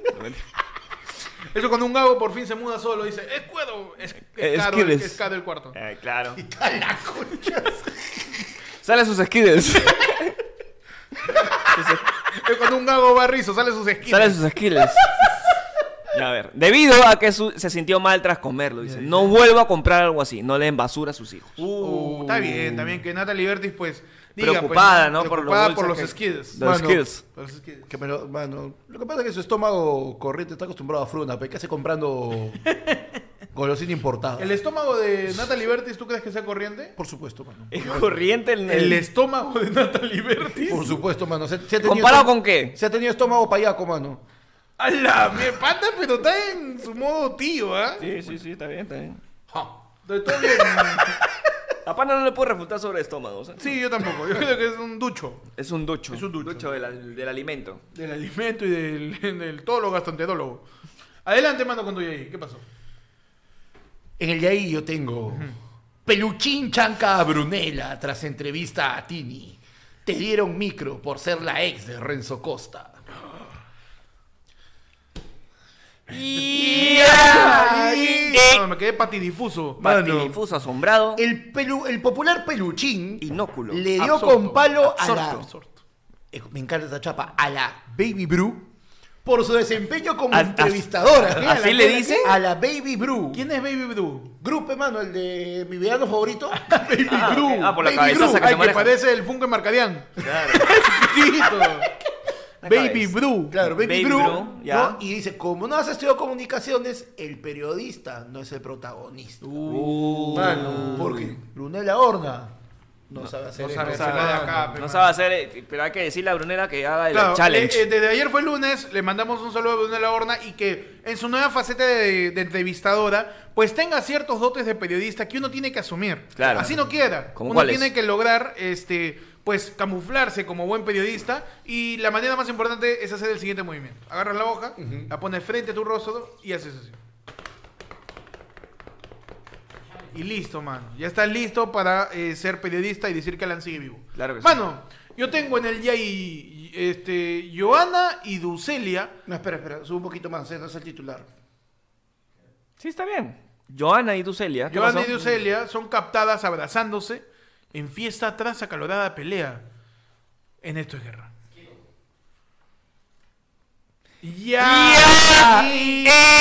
A: Eso cuando un gago por fin se muda solo, dice, es cuero, es, es
B: Eh,
A: caro,
B: Skills.
A: es caro el cuarto.
B: Ay, Eh, claro.
C: la concha.
B: Sale sus Skittles.
A: Es cuando un gago va rizo, sale sus skills.
B: Sale sus skills. Ya, a ver. Debido a que su- se sintió mal tras comerlo, dice. No vuelvo a comprar algo así. No le den basura a sus hijos.
A: Uh, está bien, también que Natalie Bertis, pues, diga,
B: Preocupada,
A: pues,
B: ¿no? Por los
A: Preocupada por los,
B: bolsos que-
A: skills.
B: Los
A: Mano,
B: skills.
A: por los skills.
C: Que me lo, mano, lo que pasa es que su estómago corriente está acostumbrado a fruna, pero ¿qué hace comprando golosina importada?
A: ¿El estómago de Natalie Bertis tú crees que sea corriente?
C: Por supuesto, mano.
B: Es corriente el.
A: El estómago de Natalie Bertis.
C: Por supuesto, mano. Se, se ha tenido
B: ¿Comparado
C: estómago-
B: con qué?
C: Se ha tenido estómago payaco, mano.
A: A la me pata, pero está en su modo tío, ¿ah?
B: Sí, sí, sí, está bien, está bien.
A: Ja. Está bien.
B: A Pana no le puedo refutar sobre estómagos. ¿eh?
A: Sí, yo tampoco. Yo creo que es un ducho
B: Es un ducho.
A: Es un ducho.
B: del, al- del alimento.
A: del alimento y del, del todo lo gastroenterólogo. Adelante, mando con tu ahí. ¿Qué pasó?
C: En el de ahí yo tengo. Peluchín chanca a Brunella tras entrevista a Tini. Te dieron micro por ser la ex de Renzo Costa.
A: Ahí. No, me quedé patidifuso.
B: Patidifuso, asombrado.
C: El, pelu- el popular peluchín
B: Inóculo.
C: le dio
A: Absorto.
C: con palo a la.
B: Absorto.
A: Absorto.
C: eh, Me encanta esa chapa. A la Baby Brew por su desempeño como
B: A- as-
C: entrevistadora. Mira
B: ¿así
C: la
B: le
C: cara,
B: dice?
C: A la Baby Brew.
A: ¿Quién es Baby Blue?
C: Grupo, hermano, el de mi verano favorito.
A: Baby
B: Ah,
A: Blue.
B: ok. Ah, por la
A: Baby
B: cabezaza
A: Blue.
B: que se
A: Ay, que
B: maneja.
A: parece el Funko de Marcadian.
B: Claro.
A: Chiquitito. Baby
B: cabeza.
A: Blue.
C: Claro, Baby,
B: Baby
C: Brew.
B: Brew,
C: ¿no?
B: ya.
C: Y dice, como no has estudiado comunicaciones, el periodista no es el protagonista.
B: Uh.
C: Mano, porque Brunella Horna no, sabe hacer
A: No
C: eso.
A: sabe
C: No
A: hacer
C: sabe.
A: nada de acá, pe,
B: No
A: mano.
B: sabe hacer, eh, pero hay que decirle a Brunera que haga el
A: Ah, Claro,
B: challenge.
A: eh, eh, desde ayer fue lunes, le mandamos un saludo a Brunella Horna y que en su nueva faceta de, de entrevistadora, pues tenga ciertos dotes de periodista que uno tiene que asumir.
B: Claro.
A: Así no quiera.
B: ¿Cómo
A: Uno
B: cuáles?
A: tiene que lograr, este, pues, camuflarse como buen periodista y la manera más importante es hacer el siguiente movimiento. Agarras la hoja, la pones frente a tu rostro y haces así. Y listo, mano. Ya estás listo para eh, ser periodista y decir que Alan sigue vivo.
B: Claro que sí.
A: Mano, yo tengo en el YAI este, Joana y Ducelia.
C: No, espera, espera, sube un poquito más, ese no es el titular.
B: Sí, está bien. Joana y Ducelia. ¿qué
A: Joana
B: pasó?
A: y Ducelia son captadas abrazándose en fiesta tras acalorada pelea. En esto es guerra. Ya.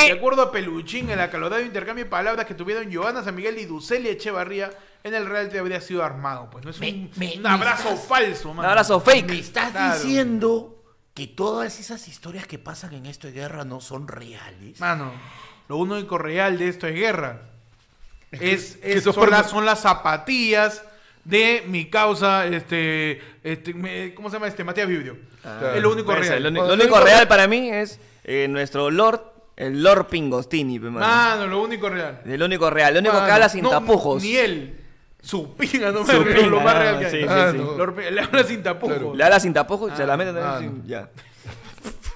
A: De acuerdo a Peluchín, el acalorado intercambio de palabras que tuvieron Joana San Miguel y Ducelia Echevarría en el reality habría sido armado. Pues no es
C: Me-
A: un,
C: me-
A: un
C: me
A: abrazo
C: estás-
A: falso,
B: Un
A: mano.
B: abrazo
C: Me
B: fake.
C: estás
A: Claro.
C: diciendo que todas esas historias que pasan en esto de guerra no son reales.
A: Mano, lo único real de esto es guerra. Es,
D: que
A: es-
D: eso
A: son,
D: forma-
A: las, son las zapatillas de mi causa, este, este me- ¿cómo se llama este? Matías Vibrio. es lo único
B: Ah. Puede ser,
A: real.
B: Lo,
D: Cuando
B: lo
D: tú
B: único
D: dices-
B: real para mí es eh, nuestro Lord, el Lord Pingostini, pe, mano.
A: Mano, lo único real.
B: El único real, el único que
A: Ah. Mano,
B: habla sin
A: no,
B: tapujos.
A: Ni él. Su pinga, no me
B: Su
A: río, lo
B: pinga,
A: más
B: no,
A: real que
B: sí,
A: hay.
B: sí,
A: Ah,
B: sí.
A: no, lo- Le habla sin tapujos.
B: Le habla sin tapujos, se la mete
D: Ah,
B: también.
D: no.
B: sí, ya.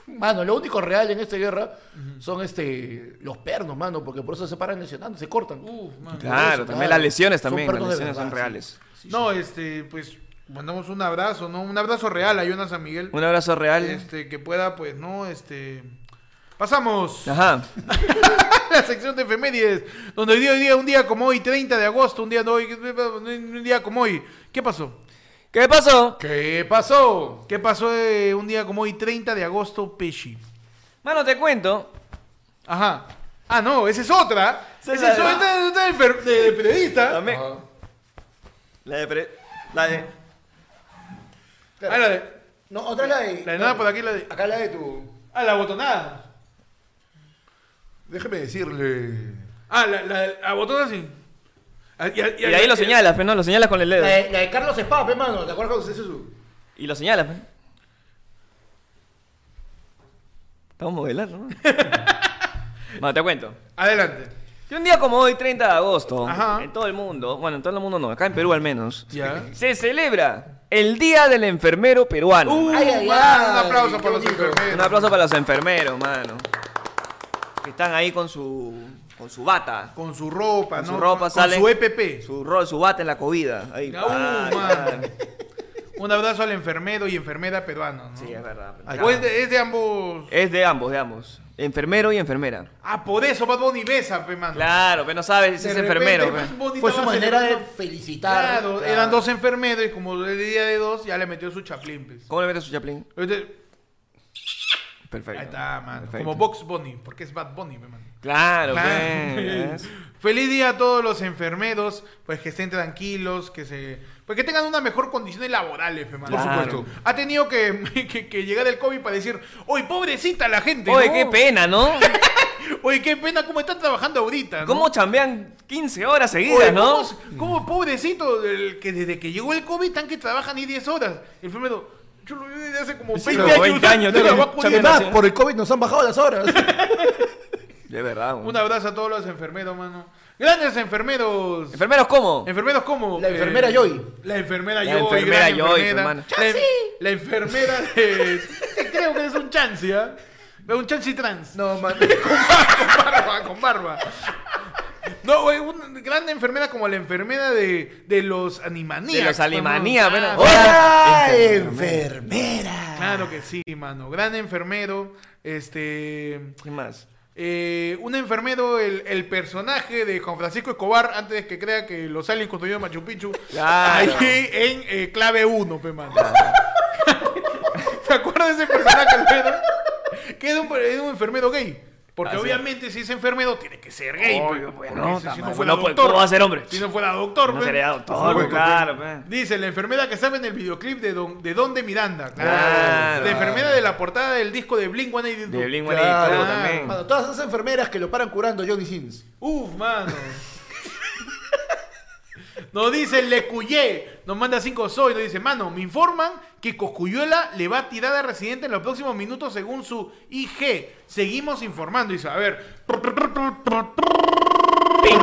C: Mano, lo único real en esta guerra son este los pernos, mano, porque por eso se paran lesionando, se cortan.
A: Uf, mano.
B: Claro, también las lesiones también, las
C: pernos de
B: lesiones son
C: verdad, sí.
B: reales.
A: No, este, pues mandamos un abrazo, ¿no? Un abrazo real a Jonas San Miguel.
B: Un abrazo real.
A: Este, que pueda, pues, no, este. Pasamos
B: Ajá.
A: a la sección de efemérides, donde hoy día, hoy día, un día como hoy, 30 de agosto, un día de hoy, un día como hoy. ¿Qué pasó?
B: ¿Qué pasó?
C: ¿Qué pasó?
A: ¿Qué pasó eh, un día como hoy, 30 de agosto, Pesci?
B: Mano, te cuento.
A: Ajá. Ah, no, esa es otra.
B: Esa
A: Esa
B: es
A: es
B: la
A: otra
B: de-
A: esta es otra de, per- de- de periodista.
B: También. La de. pre- La de.
A: Ah, la de,
C: No, otra la de.
A: la de nada por aquí, la de.
C: Acá la de tu.
A: Ah, la botonada.
D: Déjeme decirle.
A: Ah, la, la, la botonada sí. Ah, Y,
B: Y ahí lo señalas, pe, ¿no? Lo señalas con el
C: La
B: dedo.
C: de, la de Carlos Spa, pe, mano. ¿Te acuerdas cuando se hizo su.?
B: Y lo pues. señalas, pe. Estamos modelando, ¿no? Bueno, te cuento.
A: Adelante.
B: Que un día como hoy, 30 de agosto,
A: Ajá.
B: en todo el mundo, bueno, en todo el mundo no, acá en Perú al menos,
A: Ya.
B: se celebra el Día del Enfermero Peruano.
A: Uh,
C: Ay, ay,
A: mano,
C: ay,
A: un aplauso
C: qué
A: para los
C: bonito.
A: enfermeros.
B: Un aplauso para los enfermeros, mano. Que están ahí con su, con su bata.
A: Con su ropa,
B: Con
A: ¿no?
B: su ropa
A: con
B: salen-
A: su E EPP.
B: Su rol, su bata en la comida. Ahí.
A: Ah,
B: Ay,
A: mano.
B: ay.
A: Un abrazo al enfermero y enfermera peruano, ¿no?
B: Sí, es verdad.
A: O es de, es de ambos.
B: Es de ambos, de ambos. Enfermero y enfermera.
A: Ah, por eso Bad Bunny besa, pe, mano.
B: Claro, pero no sabes si
A: De
B: es
A: repente,
B: enfermero.
A: Bad
B: pe.
A: Bunny
C: Fue su
A: estaba
C: manera de
A: celebrando-
C: felicitar.
A: Claro, eran dos enfermeros y como el día de dos ya le metió su chaplín, pues.
B: ¿Cómo le metes su chaplín?
A: Ahorita-
B: Perfecto.
A: Ahí está, mano.
B: Perfecto.
A: Como Box Bunny, porque es Bad Bunny, pe, mano.
B: Claro, pues.
A: Man.
B: pe, ¿ves?
A: Feliz día a todos los enfermeros, pues que estén tranquilos, que se pues que tengan unas mejor condiciones laborales, fe, mano.
B: Por Claro.
D: supuesto.
A: Ha tenido que, que- que llegar el COVID para decir, "Oye, pobrecita la gente."
B: Oye,
A: ¿no?
B: qué pena, ¿no?
A: Oye, qué pena cómo están trabajando ahorita, ¿no?
B: ¿Cómo chambean 15 horas seguidas,
A: Oye,
B: no?
A: ¿cómo, cómo pobrecito el que desde que llegó el COVID tan que trabajan ahí 10 horas? El enfermero, yo lo vi desde hace como 20 años.
B: 20 años,
A: no
B: tío.
A: trabajo ni
B: Chame,
A: nada".
B: sí.
C: por el COVID nos han bajado las horas.
B: De verdad, weón.
A: Un abrazo a todos los enfermeros, mano. Grandes enfermeros.
B: ¿Enfermeros cómo?
A: ¿Enfermeros cómo? Eh,
C: La enfermera Joy.
A: La enfermera
B: La
A: Joy.
B: enfermera
A: gran
B: Joy, pues,
A: enfermera.
B: hermano.
A: La, la enfermera de... Creo que es un chansi, ¿ah? Un chansi trans.
C: No, mano.
A: Con barba, con barba. No, güey, una gran enfermera como la enfermera de, de los animanías.
B: De los animanías,
A: mano.
B: bueno.
C: ¡Hola,
B: Enfermera.
C: enfermera!
A: Claro que sí, mano. Gran enfermero. Este.
B: ¿Qué más?
A: eh, un enfermero, el, el personaje de Juan Francisco Escobar, antes que crea que los aliens construyeron Machu Picchu,
B: Claro.
A: ahí en eh, clave 1, pe mano. ¿Te acuerdas de ese personaje, Alfredo? Que era un, era un enfermero gay. Porque
B: Ah, sí.
A: obviamente si es enfermero tiene que ser gay.
B: Obvio,
A: pe,
B: pues,
A: porque
B: no,
A: si- si,
B: tampoco.
A: no fuera
B: No, pues,
A: doctor.
B: ¿cómo va a ser hombre?
A: Si no fuera doctor.
B: No
A: pe.
B: sería doctor,
D: Por supuesto,
B: claro, pe.
A: Dice la enfermera que sale en el videoclip de Don, de, Don de Miranda. Claro.
B: Claro.
A: La enfermera de la portada del disco de Blink 182.
B: De Blink
C: Claro.
B: 182 también.
C: Mano, Ah, todas esas enfermeras que lo paran curando Johnny Sins.
A: Uf, mano. Nos dice Lecuyé, nos manda 5 soy, nos dice, mano, me informan que Coscuyuela le va a tirar a Residente en los próximos minutos según su IG. Seguimos informando, dice, a ver.
B: Ping,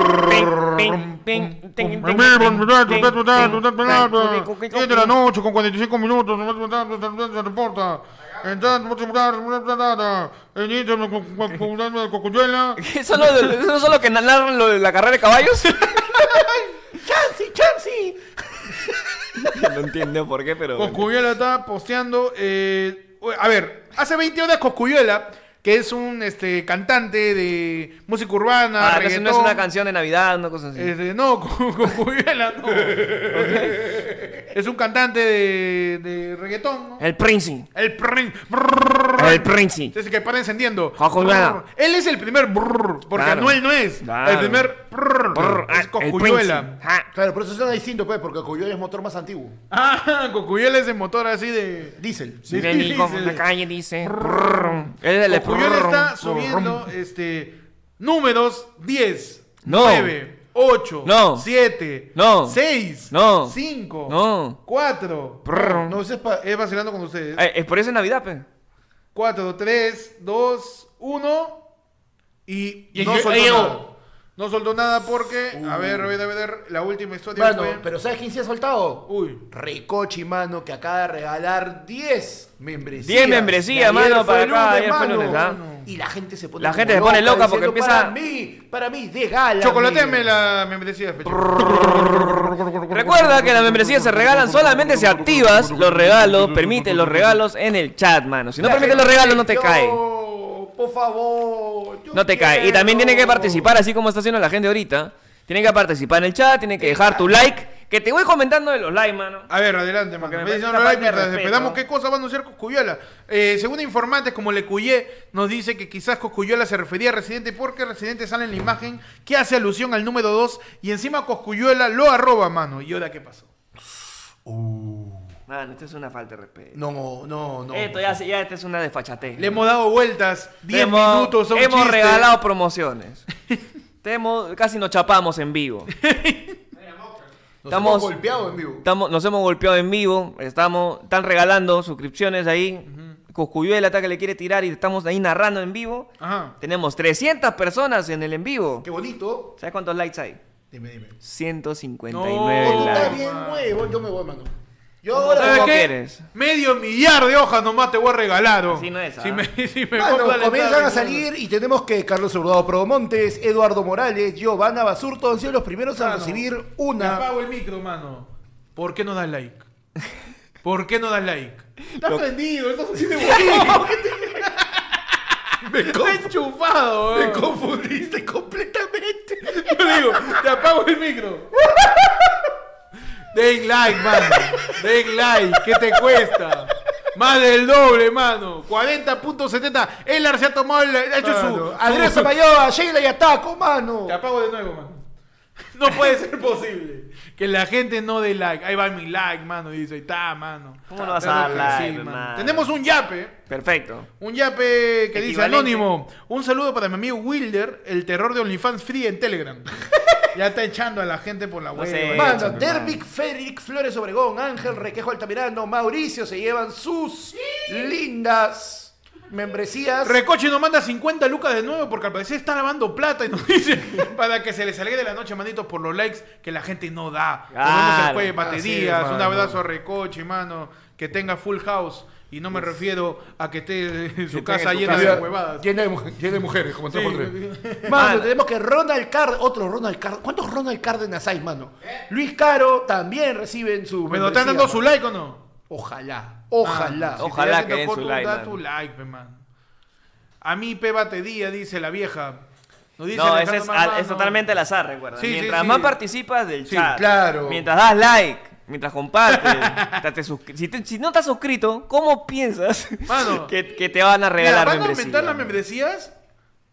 B: ping, ping, ting, ting, ting, ting, ting, ting, ting, ting.
A: noche con 45 minutos. Se reporta.
B: ¿Eso no- eso son los que narran lo de la carrera de caballos?
C: ¡Chansey, Chansey!
B: No entiendo por qué, pero. bueno.
A: Coscuyuela está posteando. eh, a ver, hace 20 horas Coscuyuela, que es un este, cantante de música urbana.
B: Ah, no, eso no es
A: reggaetón,
B: una canción de Navidad, una cosa así.
A: este, no, Co- Coscuyuela no. es un cantante de, de reggaetón, ¿no?
B: El Prince.
A: El, prin-
B: Por el Prince.
A: Es el que para encendiendo.
B: Jojo, nada.
A: Él es el primer brrr, porque
B: Claro.
A: Anuel no es.
B: Claro.
A: El primer brrr,
B: Brr, ah,
A: es
B: el
A: Cocuyuela.
B: Prince. Ah,
C: Claro, por eso suena distinto, pues, porque Coyuela es motor más antiguo.
A: Ah, Cocuyuela es el motor así de...
C: Diesel.
A: Sí.
B: Ven y como
A: sí,
B: en la
A: sí.
B: calle dice. brrr. Él es el
A: Cocuyuela
B: brrr,
A: está
B: brrr.
A: subiendo este, números 10,
B: No.
A: 9, 8,
B: No.
A: 7,
B: No.
A: 6,
B: No.
A: 5,
B: No.
A: 4.
B: Brrr.
A: No, ese es, pa- es vacilando con ustedes.
B: Eh, eh, por eso es Navidad, pe.
A: 4, 3, 2, 1. Y,
C: Y
A: no
C: ahí
A: soltó
C: llegó.
A: nada. No soltó nada porque. A
B: Uh.
A: ver, a ver, a ver. La última historia
C: Bueno,
A: fue.
C: pero ¿sabes quién se ha soltado?
A: pues. Uy.
C: Recochi, mano, que acaba de regalar 10 membresías.
B: 10 membresías,
C: De ayer
B: mano,
C: fue
B: para
C: el
B: acá,
C: lunes,
B: ayer fue el
C: mano.
B: lunes, ¿ah?
C: Y la gente se pone
B: La
C: como
B: gente se pone loca porque
C: diciendo,
B: empieza-
C: Para mí, para mí, desgala.
A: Chocolateame la membresía, Pecho.
B: Recuerda que las membresías se regalan solamente si activas los regalos, permite los regalos en el chat, mano. Si no permite los regalos, no te cae.
C: Por favor. yo
B: No te cae. Y también
C: quiero.
B: tiene que participar, así como está haciendo la gente ahorita. Tiene que participar en el chat, tiene que dejar tu like. Que te voy comentando de los likes, mano.
A: A ver, adelante, mano.
B: Porque me
A: Ve
B: parece
A: diciendo
B: una
A: la
B: falta de
A: mientras
B: respeto.
A: esperamos qué cosa va a anunciar Coscuyuela. Eh, según informantes como Lecuyé, nos dice que quizás Coscuyuela se refería a Residente porque Residente sale en la imagen que hace alusión al número 2 y encima Coscuyuela lo arroba, mano. ¿Y ahora qué pasó?
B: Mano, esto es una falta de respeto.
C: No, no, no.
B: Esto ya, se- ya esto es una desfachatez.
A: Le hemos dado vueltas, 10
B: Hemos-
A: minutos, son
B: Hemos regalado promociones. Te hemos- casi nos chapamos en vivo.
C: Nos
B: estamos-
C: hemos golpeado en vivo.
B: Estamos, nos hemos golpeado en vivo, estamos, están regalando suscripciones ahí. Coscuyuela está que le quiere tirar y estamos ahí narrando en vivo.
A: Ajá.
B: Tenemos 300 personas en el en vivo.
C: Qué bonito.
B: ¿Sabes cuántos likes hay?
C: Dime, dime.
B: 159
A: No,
C: Tú estás
B: likes.
C: bien nuevo, yo me voy, mano. Yo
B: ¿Cómo
C: ahora
B: sabes
A: ¿Sabes
B: ¿Cómo
A: qué?
B: quieres?
A: Medio millar de hojas nomás te voy a regalar. ¿o?
B: Así no es, ¿ah?
A: Si me, si me
C: Mano,
A: pongo a
C: comienzan
A: alentar,
C: a salir y tenemos que Carlos Hurtado Promontes, Eduardo Morales, Giovanna Basurto han sido los primeros a
A: Mano,
C: recibir
A: Te
C: una.
A: apago el micro, mano. ¿Por qué no das like? ¿Por qué no das like? Estás prendido, estás así de bonito.
C: Me,
A: Estás enchufado, oh. weón.
C: confundiste completamente.
A: Yo digo, te apago el micro. Den like, mano. Den like, ¿qué te cuesta? Más del doble, mano. 40.70. Él se ha tomado el, ha hecho su,
C: Mano,
A: Ah, su-
C: Andrés Samayoa, Sheila y Ataco, mano.
A: Te apago de nuevo, mano. No puede ser posible que la gente no dé like. Ahí va mi like, mano. Y dice, ahí está, mano.
B: ¿Cómo no vas a
A: Claro
B: dar
A: que
B: like, mano?
A: Tenemos un yape.
B: Perfecto.
A: Un yape que dice
B: Equivalente.
A: anónimo. Un saludo para mi amigo Wilder, el terror de OnlyFans Free en Telegram. ya está echando a la gente por la web.
B: sé.
C: Mano,
B: Échame,
C: Dervic, Félix, Flores Obregón, Ángel Requejo Altamirano, Mauricio se llevan sus lindas membresías.
A: Recoche nos manda 50 lucas de nuevo porque al parecer está lavando plata y nos dice para que se le salga de la noche, manitos, por los likes que la gente no da. Tomemos el
B: Claro.
A: jueves baterías,
C: Así es,
A: un
C: mano.
A: abrazo a Recoche, mano, que tenga full house. Y no me refiero a que esté en su
B: Que
A: casa
B: tenga en tu
A: llena
B: casa.
A: de huevadas.
C: Llena de, mu- llena de mujeres, como
A: Sí.
C: tres por tres. Mano, tenemos que Ronald Card, otro Ronald Card. ¿Cuántos Ronald Cárdenas hay, mano? Luis Caro también reciben su.
A: ¿Me están
C: membresía,
A: dando
C: mano.
A: su like o no?
C: Ojalá, ojalá.
A: Ah, si
B: ojalá.
A: te das
B: que den
A: foto,
B: su like,
A: Da
B: mano.
A: tu like, pe, man. A mí, pe, batería, dice la vieja. Nos dice
B: No, ese
A: Alejandro
B: es,
A: Mamá,
B: al- es
A: no.
B: totalmente al azar, recuerda.
A: Sí, sí,
B: mientras
A: sí.
B: más participas del
A: Sí,
B: chat,
C: claro.
B: mientras das like, mientras compartes, mientras te suscri- si, te- si no estás suscrito, ¿cómo piensas
A: Mano.
B: que, que te van
A: Mira,
B: a regalar
A: van a
B: membresía,
A: aumentar las
B: mano?
A: membresías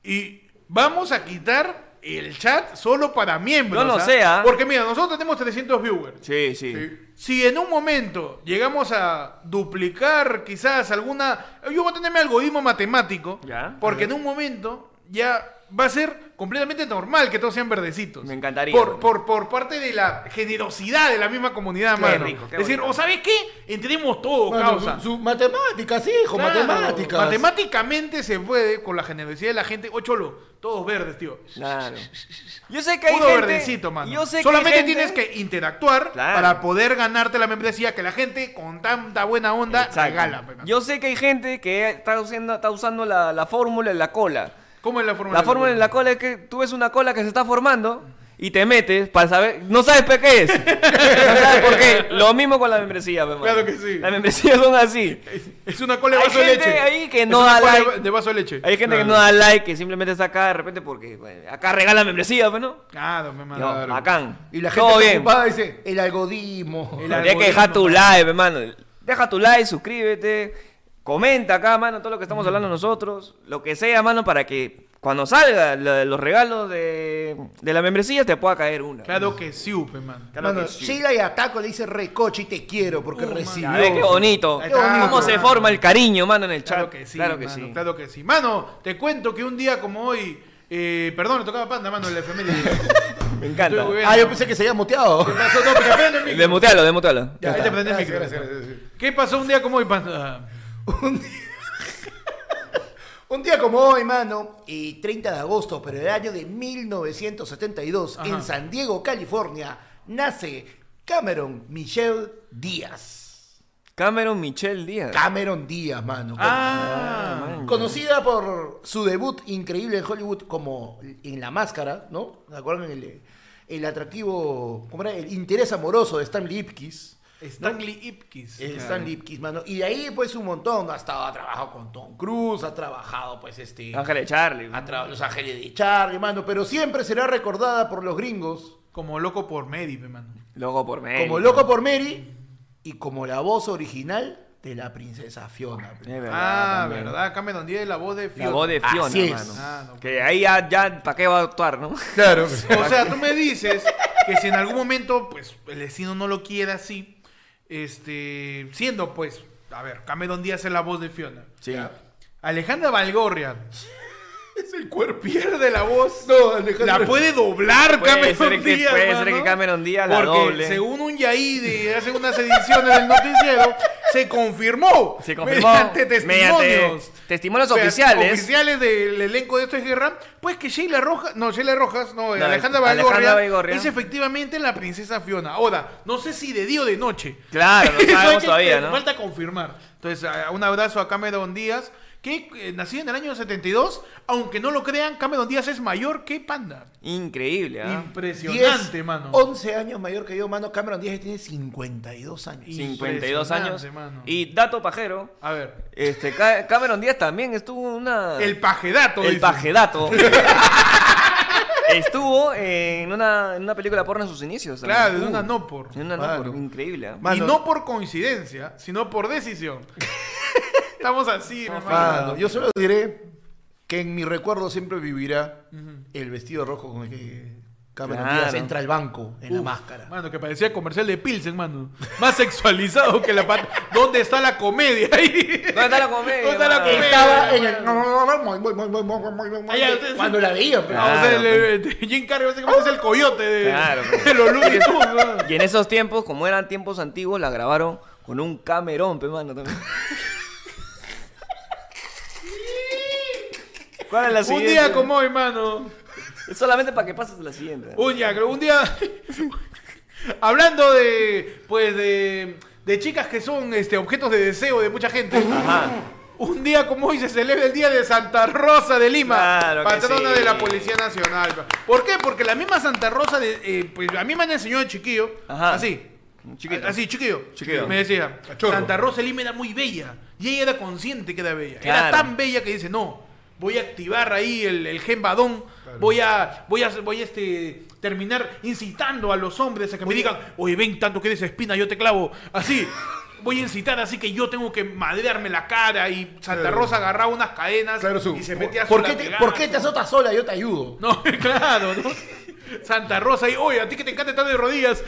A: y vamos a quitar el chat solo para miembros.
B: No lo
A: ¿ah?
B: sé, ¿ah?
A: Porque mira, nosotros tenemos 300 viewers.
B: Sí, sí.
A: Si en un momento llegamos a duplicar quizás alguna... Yo voy a tener mi algoritmo matemático.
B: Ya.
A: Porque en un momento ya va a ser completamente normal que todos sean verdecitos.
B: Me encantaría.
A: Por, por, por parte de la generosidad de la misma comunidad,
B: Qué
A: mano.
B: rico, qué
A: Decir,
B: bonito.
A: o ¿sabes qué? Entremos todo,
C: Mano,
A: causa.
C: su, su matemáticas, hijo,
A: Claro,
C: matemáticas.
A: Matemáticamente se puede con la generosidad de la gente. Oye, cholo, todos verdes, tío.
B: Claro. Yo sé que hay
A: Uno
B: gente...
A: verdecito, mano.
B: Yo sé que hay
A: Solamente
B: gente-
A: tienes que interactuar
B: Claro.
A: para poder ganarte la membresía que la gente con tanta buena onda
B: Exacto.
A: regala. pe, mano.
B: Yo sé que hay gente que está usando, está usando la, la fórmula en la cola.
A: ¿Cómo es la fórmula?
B: La fórmula en la cola es que tú ves una cola que se está formando y te metes para saber... No sabes pe qué es. No sabes por qué. Lo mismo con la membresía, pe, mano.
A: Claro que sí.
B: Las membresías son así.
A: Es una cola de
B: Hay
A: vaso de
B: gente
A: leche.
B: ahí que
A: Es
B: no
A: una
B: da
A: cola de
B: like.
A: va- de vaso de leche.
B: Hay gente que no da like, que simplemente está acá de repente porque bueno, acá regala membresía, pe, ¿no?
A: Claro, me
B: Yo, ah, Bacán.
C: Y la
B: Todo
C: gente
B: bien.
C: preocupada dice, el algoritmo.
A: El
B: Tienes que
A: algoritmo,
B: dejar tu like, hermano. Deja tu like, suscríbete. Comenta acá, mano, todo lo que estamos hablando nosotros. Lo que sea, mano, para que cuando salga la- los regalos de, de la membresía te pueda caer una.
A: Claro que sí, upe, man.
B: Claro que
C: Mano,
B: sí.
C: Sheila y Ataco le dice recoche y te quiero porque
A: Uh,
C: recibió.
B: A ver, qué bonito.
A: Ahí está,
B: ¿Cómo
A: mano.
B: se forma el cariño, mano, en el chat?
A: Claro que sí. Claro que sí. Claro que sí. Mano, te cuento que un día como hoy. eh, perdón, le tocaba a panda, mano, en la efeméride.
B: Me encanta. Eh,
A: Estoy muy bien.
C: Ah, yo pensé que se había muteado.
A: Pasó, no, porque prende el micro.
B: Demutealo, demutealo.
A: Ahí
C: está.
A: te prende el
D: Gracias,
A: micro.
D: gracias, gracias.
A: ¿Qué pasó un día como hoy, panda?
C: Un día como hoy, mano, y 30 de agosto, pero el año de 1972,
A: Ajá.
C: en San Diego, California, nace Cameron Michelle Díaz.
B: Cameron Michelle Díaz.
C: Cameron Díaz, mano.
A: Ah,
C: Conocida por su debut increíble en Hollywood como en La Máscara, ¿no? ¿Se acuerdan? El, el atractivo, ¿cómo era? El interés amoroso de Stan Lipkis.
A: Stanley Ipkiss.
B: Eh,
C: El Stan Lipkis, mano. Y de ahí, pues, un montón. Ha estado, ha trabajado con Tom Cruise, ha trabajado, pues, este...
B: Ángel de Charlie.
C: ha trabajado Los Ángeles de Charlie, mano. Pero siempre será recordada por los gringos
A: Como loco por Mary, pe, mano.
B: Loco por medio.
C: como Loco por Mary y como la voz original de la princesa Fiona.
B: Es verdad,
A: Ah,
B: también.
A: ¿verdad? Cameron Díaz, la voz de Fiona.
B: La voz de Fiona,
C: Así es.
B: mano.
A: Ah, no.
B: Que ahí ya, ya ¿para qué va a actuar, no?
D: Claro.
A: O sea, tú me dices que si en algún momento, pues, el destino no lo quiere así, este, siendo, pues, a ver, Cameron Díaz es la voz de Fiona.
B: Sí.
A: Alejandra Valgorria
D: es el cuerpo.
A: pierde la voz.
D: No, Alejandro.
A: La puede doblar
B: Puede
A: Cameron
B: ser que-
A: Díaz.
B: puede ser
A: mano.
B: que Cameron Díaz la
A: Porque
B: doble.
A: según un yaí de hace unas ediciones del noticiero, se confirmó.
B: Se confirmó.
A: Mediante testimonios.
B: Mediante testimonios
A: O sea,
B: oficiales.
A: oficiales del elenco de esto es guerra. Pues que Sheila Rojas, no, Sheila Rojas, no,
B: No,
A: Alejandra
B: Alejandra
A: Valgorria
B: Baigorria.
A: es efectivamente la princesa Fiona. Ahora, no sé si de día o de noche.
B: Claro, no
A: Eso hay
B: sabemos
A: que- este,
B: todavía, ¿no?
A: Falta confirmar. Entonces, a- un abrazo a Cameron Díaz, que eh, nacido en el año 72, aunque no lo crean, Cameron Díaz es mayor que Panda.
B: Increíble, ¿ah?
A: Impresionante, mano.
C: 11 años mayor que yo, mano. Cameron Díaz tiene 52 años.
A: Y-
B: 52 años.
A: Impresionante, mano.
B: Y dato pajero,
A: A ver,
B: este Ca- Cameron Díaz también estuvo una
A: el pajedato.
B: el
A: dice.
B: pajedato. estuvo en una, en una película porno en sus inicios. también.
A: Claro, de
B: Uh,
A: una no por.
B: en una no,
C: Mano.
B: por- increíble. ¿ah?
A: Y
C: Mano.
A: no por coincidencia, sino por decisión. Estamos así, hermano.
C: Mano, yo solo diré que en mi recuerdo siempre vivirá el vestido rojo con el que Cameron
B: Claro.
C: Díaz entra al banco en la
A: Uf,
C: máscara.
A: Mano, que parecía comercial de Pilsen, mano. Más sexualizado que la pata. ¿Dónde está la comedia ahí?
B: ¿Dónde está la comedia,
A: ¿Dónde está la
B: mano?
A: comedia?
C: Estaba en el...
A: mano? Ah, ya, ustedes-
C: pues. Cuando la veía, pues. pero-
A: Ah, o sea,
B: Claro, pues.
A: el- el- Jim Carrey básicamente es el coyote de,
B: Claro, pues.
A: de los Looney Tunes, mano.
B: Y en esos tiempos, como eran tiempos antiguos, la grabaron con un camerón, pe mano también. ¿Cuál es la
A: Un
B: siguiente?
A: día como hoy, mano.
B: Es solamente para que pases a la siguiente.
A: Un día, creo, un día. Hablando de. Pues de. De chicas que son este, objetos de deseo de mucha gente.
B: Ajá.
A: Un día como hoy se celebra el día de Santa Rosa de Lima,
B: Claro que
A: patrona
B: sí.
A: de la Policía Nacional. ¿Por qué? Porque la misma Santa Rosa, de, eh, pues a mí me han enseñado de chiquillo,
B: Ajá.
A: así,
B: Chiquito.
A: así Ah, chiquillo,
B: Chiquillo.
A: me decía,
D: Cachorro.
A: Santa Rosa de Lima era muy bella y ella era consciente que era bella, era
B: Claro.
A: tan bella que dice no, voy a activar ahí el, el gen badón, voy a, voy a, voy a este terminar incitando a los hombres a que me digan, oye ven tanto que eres espina, yo te clavo, así. Voy a incitar, así que yo tengo que madrearme la cara y Santa
D: Claro.
A: Rosa agarraba unas cadenas
D: Claro, su-
A: y se metía a
C: ¿Por
A: su
C: qué, te,
A: latigazo.
C: ¿Por qué te azotas sola? Yo te ayudo.
A: No, claro, ¿no? Santa Rosa y, oye, a ti que te encanta estar de rodillas.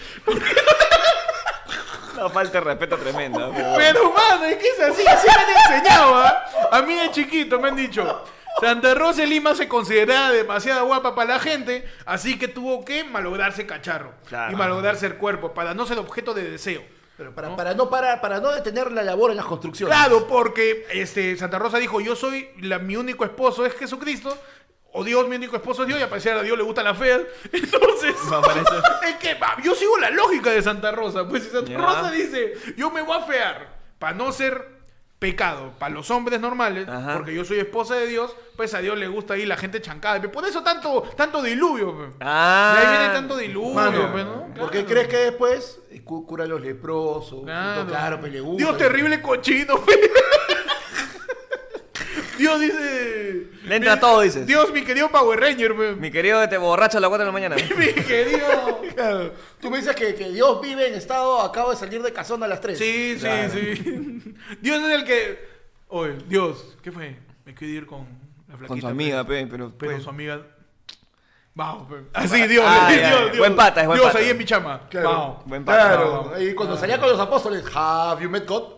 B: Una falta de respeto tremenda. pero-
A: Pero, mano, es que es así, así me han enseñado, ¿ah? A mí de chiquito me han dicho, Santa Rosa de Lima se consideraba demasiado guapa para la gente, así que tuvo que malograrse cacharro
B: Claro.
A: y malograrse el cuerpo para no ser objeto de deseo.
C: Pero para, para no parar, para no detener la labor en las construcciones.
A: Claro, porque este, Santa Rosa dijo, yo soy, la- mi único esposo es Jesucristo, o Dios, mi único esposo es Dios, y a parecer a Dios le gusta la fea. Entonces, es que va, yo sigo la lógica de Santa Rosa. Pues si Santa
B: Ya.
A: Rosa dice, yo me voy a fear para no ser pecado para los hombres normales,
B: Ajá.
A: porque yo soy esposa de Dios, pues a Dios le gusta ahí la gente chancada. Por eso tanto, tanto diluvio. pe.
B: Ah.
A: De ahí viene tanto diluvio,
C: Mano,
A: pe, ¿no?
C: ¿Por qué
A: Claro.
C: crees que después eh, cu- cura a los leprosos?
A: Claro.
C: Claro, claro pues, le gusta.
A: Dios terrible cochino, fe. Dios dice.
B: Le entra
A: mi-
B: todo, dices.
A: Dios, mi querido Power Ranger, fe. Mi,
B: Mi querido, te borracho a las 4 de la mañana.
A: querido.
C: Claro. Tú me dices que, que Dios vive en estado, acabo de salir de casón a las 3.
A: Sí, sí, sí. Dios es el que. Oye, Dios, ¿qué fue? Me quiero ir con la flaquita.
B: Con su amiga,
A: pero,
B: pe, pero,
A: pero
B: pues,
A: su amiga. Vamos, pe. Así, Dios,
B: Ah,
A: Dios,
B: ya, ya.
A: Dios,
B: Buen pata, es buen
A: Dios,
B: pata.
A: ahí en mi chama.
C: Claro.
A: Vamos.
B: Buen pata.
C: Claro. Y cuando salía con los apóstoles, have you met God?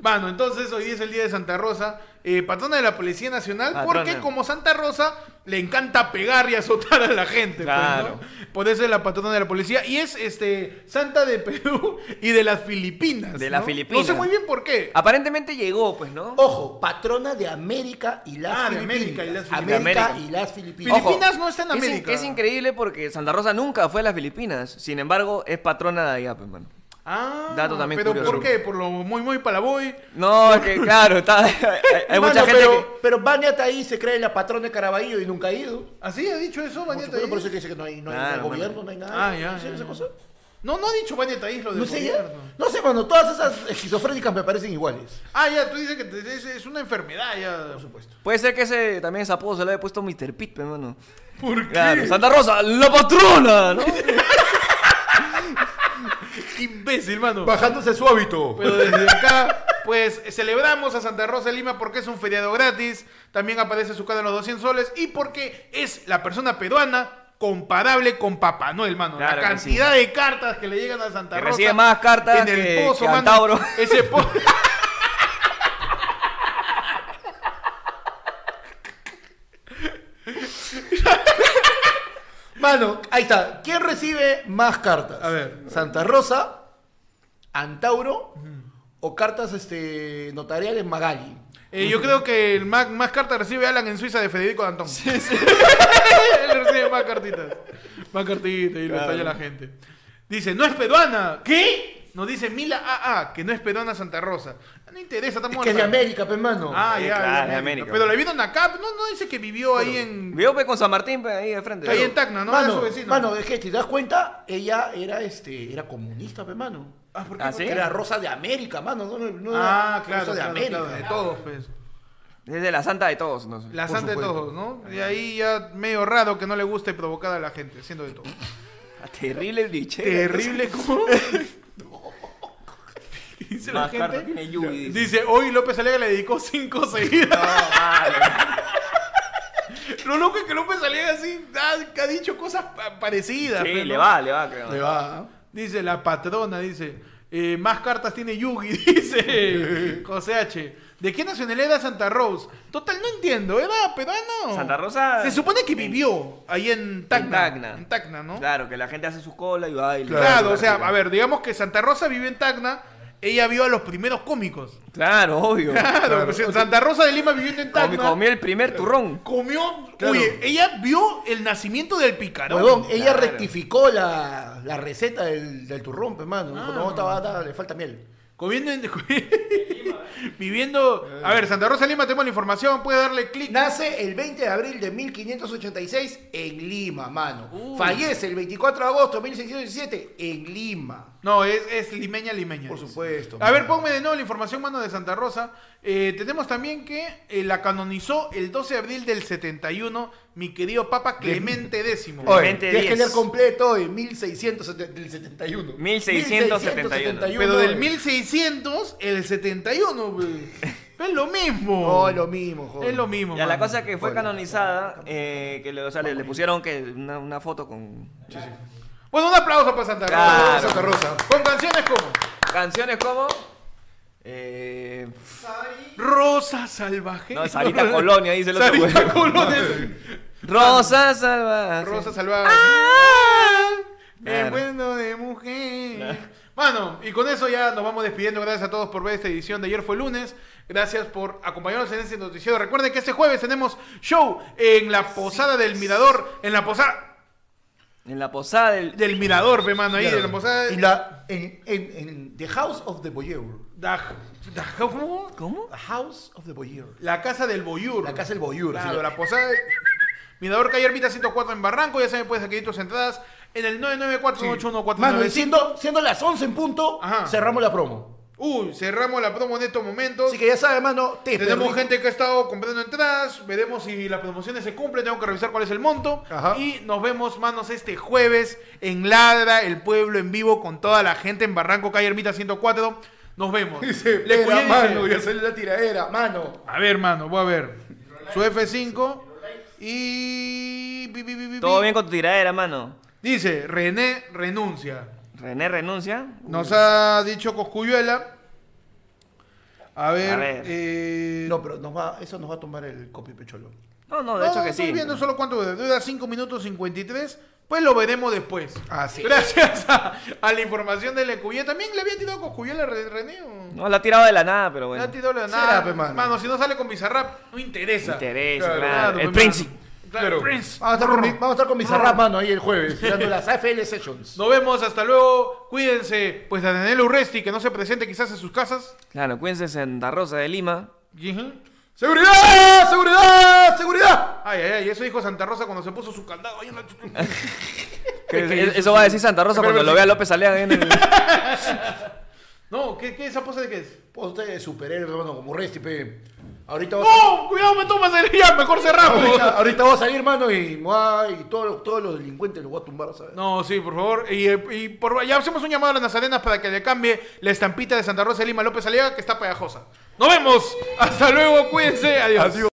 A: Mano, entonces hoy es el día de Santa Rosa, eh, patrona de la Policía Nacional,
B: Patrona.
A: porque como Santa Rosa le encanta pegar y azotar a la gente. pues, ¿no?
B: Claro.
A: Por eso es la patrona de la policía y es este santa de Perú y de las Filipinas.
B: De Ah,
A: ¿no?
B: las Filipinas.
A: No sé muy bien por qué.
B: Aparentemente llegó, pues, ¿no?
A: Oh,
C: Ojo, patrona de América y las
A: Ah, de
C: Filipinas.
A: América y las
C: América
B: Filipinas.
C: y las
B: Ojo,
C: Filipinas.
A: Filipinas no está en
B: es in-
A: América.
B: Es, increíble porque Santa Rosa nunca fue a las Filipinas. Sin embargo, es patrona de allá, pues, mano.
A: Ah,
B: Dato también
A: pero
B: curioso.
A: ¿por qué? Por lo muy muy palaboy.
B: No, es que claro, está, hay, hay
C: Mano,
B: mucha gente
C: pero,
B: que...
C: pero Baniata ahí se cree la patrona de Caraballo y nunca ha ido.
A: ¿Así ha dicho eso
C: Por
A: Bañeta
C: supuesto, por eso
A: Islo?
C: que dice que no hay, no hay
B: Claro,
C: gobierno,
B: mano.
C: no hay nada.
A: Ah, ya,
C: ¿Sí,
A: ya,
C: esa
A: ya. Pues
C: cosa?
A: No, no ha dicho Bañeta Islo de
C: No sé, ya.
A: gobierno.
C: No sé, bueno, todas esas esquizofrénicas me parecen iguales.
A: Ah, ya, tú dices que te- es, es una enfermedad ya. Por supuesto.
B: Puede ser que ese también ese apodo se lo haya puesto Mr. Pitt, pues, mano.
A: ¿Por qué?
B: Claro, Santa Rosa, la patrona, ¿no?
A: Imbécil, mano.
D: Bajándose su hábito.
A: Pero desde acá, pues celebramos a Santa Rosa de Lima porque es un feriado gratis. También aparece su cara en los 200 soles y porque es la persona peruana comparable con Papá Noel, mano.
B: Claro
A: la
B: que
A: cantidad de cartas que le llegan a Santa
B: Que
A: Rosa.
B: recibe más cartas que- que Antauro.
A: Ese pozo.
C: Mano, ahí está. ¿Quién recibe más cartas?
A: A ver.
C: ¿Santa Rosa? ¿Antauro? ¿O cartas este, notariales Magali?
A: Eh, yo creo que el más, más cartas recibe Alan en Suiza de Federico Dantón. Él recibe más cartitas. Más cartitas y lo estalla la gente. Dice, no es peruana. ¿Qué? Nos dice Mila AA, que no es peruana Santa Rosa. No interesa, está
C: Es
A: muerta.
C: que es de América, pues, mano.
A: Ah,
B: Eh,
A: ya,
B: claro,
A: ya,
B: de
A: ya.
B: América.
A: Pero le vieron acá, no, no dice que vivió ahí en.
B: Vio pues, con San Martín pues, ahí de frente.
A: ahí en Tacna, ¿no? era
C: mano,
A: su vecino.
C: mano, es que te das cuenta, ella era, este, era comunista, pues, mano.
A: ah, ¿por qué?
B: ¿Ah, sí?
C: Era Rosa de América, mano. No, no era
A: Ah, claro,
C: Rosa de
A: claro,
C: América.
A: claro, de todos, pues.
B: Es de la santa de todos, no sé.
A: La
B: Por
A: santa de
B: supuesto.
A: todos, ¿no? Y ahí ya medio raro que no le guste provocar a la gente, siendo de todo.
B: Ah, Terrible biche.
A: Terrible como. Dice la
B: Más cartas
A: gente.
B: tiene Yubi. dice.
A: Dice, hoy López Alega le dedicó cinco seguidas.
B: No, vale.
A: Lo loco es que López Alega así ha, ha dicho cosas pa- parecidas.
B: Sí,
A: pero-
B: le va, le va, creo.
C: Ahí va.
A: Dice la patrona, dice. eh, más cartas tiene Yugi, dice José H. ¿De qué nacionalidad era Santa Rose? Total, no entiendo. ¿Era peruano?
B: Santa Rosa-
A: Se supone que vivió ahí en Tacna. En Tacna,
B: Tacna.
A: ¿no? Claro,
B: Claro, que la gente hace su cola y baila.
A: o sea, a ver, digamos que Santa Rosa vivió en Tacna. Ella vio a los primeros cómicos.
B: Claro, obvio.
A: Claro, pues, en Santa Rosa de Lima viviendo en
B: Comi-
A: Tacna.
B: Comió el primer turrón.
A: comió-
C: Claro.
A: Oye, ella vio el nacimiento del picarón.
C: Huevón, ella
B: claro.
C: rectificó la, la receta del, del turrón, pues, mano. Dijo,
A: Ah.
C: no, estaba, estaba- le falta miel.
A: Comiendo en... viviendo... A ver, Santa Rosa de Lima, tenemos la información. Puede darle clic.
C: Nace el 20 de abril de 1586 en Lima, mano. Fallece el 24 de agosto de 1617 en Lima.
A: No, es, es limeña, limeña.
C: Por
A: dice.
C: supuesto.
A: A ver,
C: mano.
A: ponme de nuevo la información, mano, de Santa Rosa. Eh, tenemos también que eh, la canonizó el 12 de abril del 71 mi querido Papa Clemente X.
C: Oye,
B: Clemente
C: tienes que
B: X.
C: leer completo en 1671.
B: 1671.
A: Pero del 1600, el 71, pues. Es lo mismo.
C: No, es Oh, lo mismo, joder.
A: Oh, Es lo mismo.
B: Ya la
A: mano.
B: cosa es que fue
C: Bueno.
B: canonizada, eh, que le, o sea, le, le pusieron que una, una foto con
A: Bueno, un aplauso para Santa Rosa.
B: Claro.
A: Santa Rosa. Con canciones como
B: canciones como eh,
A: Rosa Salvaje.
B: no, Sarita Colonia dice el otro güey.
A: Sarita Colonia.
B: Rosa Salvaje.
A: Rosa Salvaje.
B: Ah. Claro.
A: El bueno de mujer. Bueno, y con eso ya nos vamos despidiendo. Gracias a todos por ver esta edición de ayer fue lunes. Gracias por acompañarnos en este noticiero. Recuerden que este jueves tenemos show en la Posada del Mirador. En la Posada
B: En la posada del
A: del Mirador, pe mano. Ahí,
C: Claro.
A: en la Posada.
C: Y la- en, en- en The House of the Boyeur.
A: Da- da- ¿cómo?
B: ¿Cómo?
C: The House of the Boyeur.
A: La Casa del Boyur.
C: La casa del Boyeur.
A: Claro,
C: sí.
A: la posada. de- Mirador Calle Ermita 104 en Barranco. Ya saben, puedes adquirir tus entradas en el 994
C: Mano, y siendo, siendo las 11 en punto,
A: Ajá.
C: cerramos la promo.
A: Uy, cerramos la promo en estos momentos.
C: Así que ya sabes, mano, te
A: Tenemos
C: perdí.
A: gente que ha estado comprando entradas, veremos si las promociones se cumplen, tengo que revisar cuál es el monto.
C: Ajá.
A: Y nos vemos, manos, este jueves en Ladra, el pueblo en vivo, con toda la gente en Barranco, Calle Ermita 104. Nos vemos.
D: Dice,
A: Le
D: "Pera,
A: Cuyé dice,
D: mano, ya sale la tiradera, mano.
A: A ver, mano, voy a ver. Su F5 y... bi, bi, bi, bi,
B: Todo
A: bi.
B: bien con tu tiradera, mano.
A: Dice, René renuncia.
B: René renuncia.
A: Nos ha dicho Coscuyuela. A ver...
B: A ver.
A: eh,
C: No, pero nos va, eso nos va a tomar el copy pecholo.
B: No, no, de hecho que
A: estoy
B: sí.
A: viendo solo cuánto dura. Dura 5 minutos 53. Pues lo veremos después.
B: Ah,
D: Ah,
C: Así.
A: Gracias a, a la información de Lecuye. También le había tirado Coscuyuela a Re- René. ¿o?
B: No, la ha tirado de la nada, pero
A: No
B: bueno.
A: ha tirado la
C: Será,
A: nada.
C: pe, mano.
A: Mano, si no sale con Bizarrap, no interesa.
B: Interés,
D: Claro,
B: claro.
A: Claro, pe,
B: El
A: mano.
B: príncipe.
A: Claro,
D: Claro.
A: Prince.
C: Vamos a estar con, mi- vamos a estar con Bizarrap, mano, ahí el jueves, dando las AFL Sessions.
A: Nos vemos, hasta luego. Cuídense. Pues a Daniel Urresti, que no se presente quizás en sus casas.
B: Claro, cuídense en Santa Rosa de Lima.
D: ¡Seguridad! ¡Seguridad! ¡Seguridad!
A: Ay, ay, ay, eso dijo Santa Rosa cuando se puso su candado. Ay, una-
B: Que- que- eso va a decir Santa Rosa cuando lo vea López Alea ahí en el-
A: No, ¿qué, qué esa pose de qué es?
C: Poste de superhéroe, hermano, como Resti, pe. Ahorita va,
A: ¡Oh! Cuidado, me tomas el ya, mejor cerramos.
C: ahorita, ahorita va a salir, mano, y, me va- y todos, los- todos los delincuentes los voy a tumbar, ¿sabes?
A: No, sí, por favor. Y, eh, y por, ya hacemos un llamado a las nazarenas para que le cambie la estampita de Santa Rosa de Lima López Aliaga, que está pegajosa. Nos vemos. Hasta luego, cuídense. Adiós.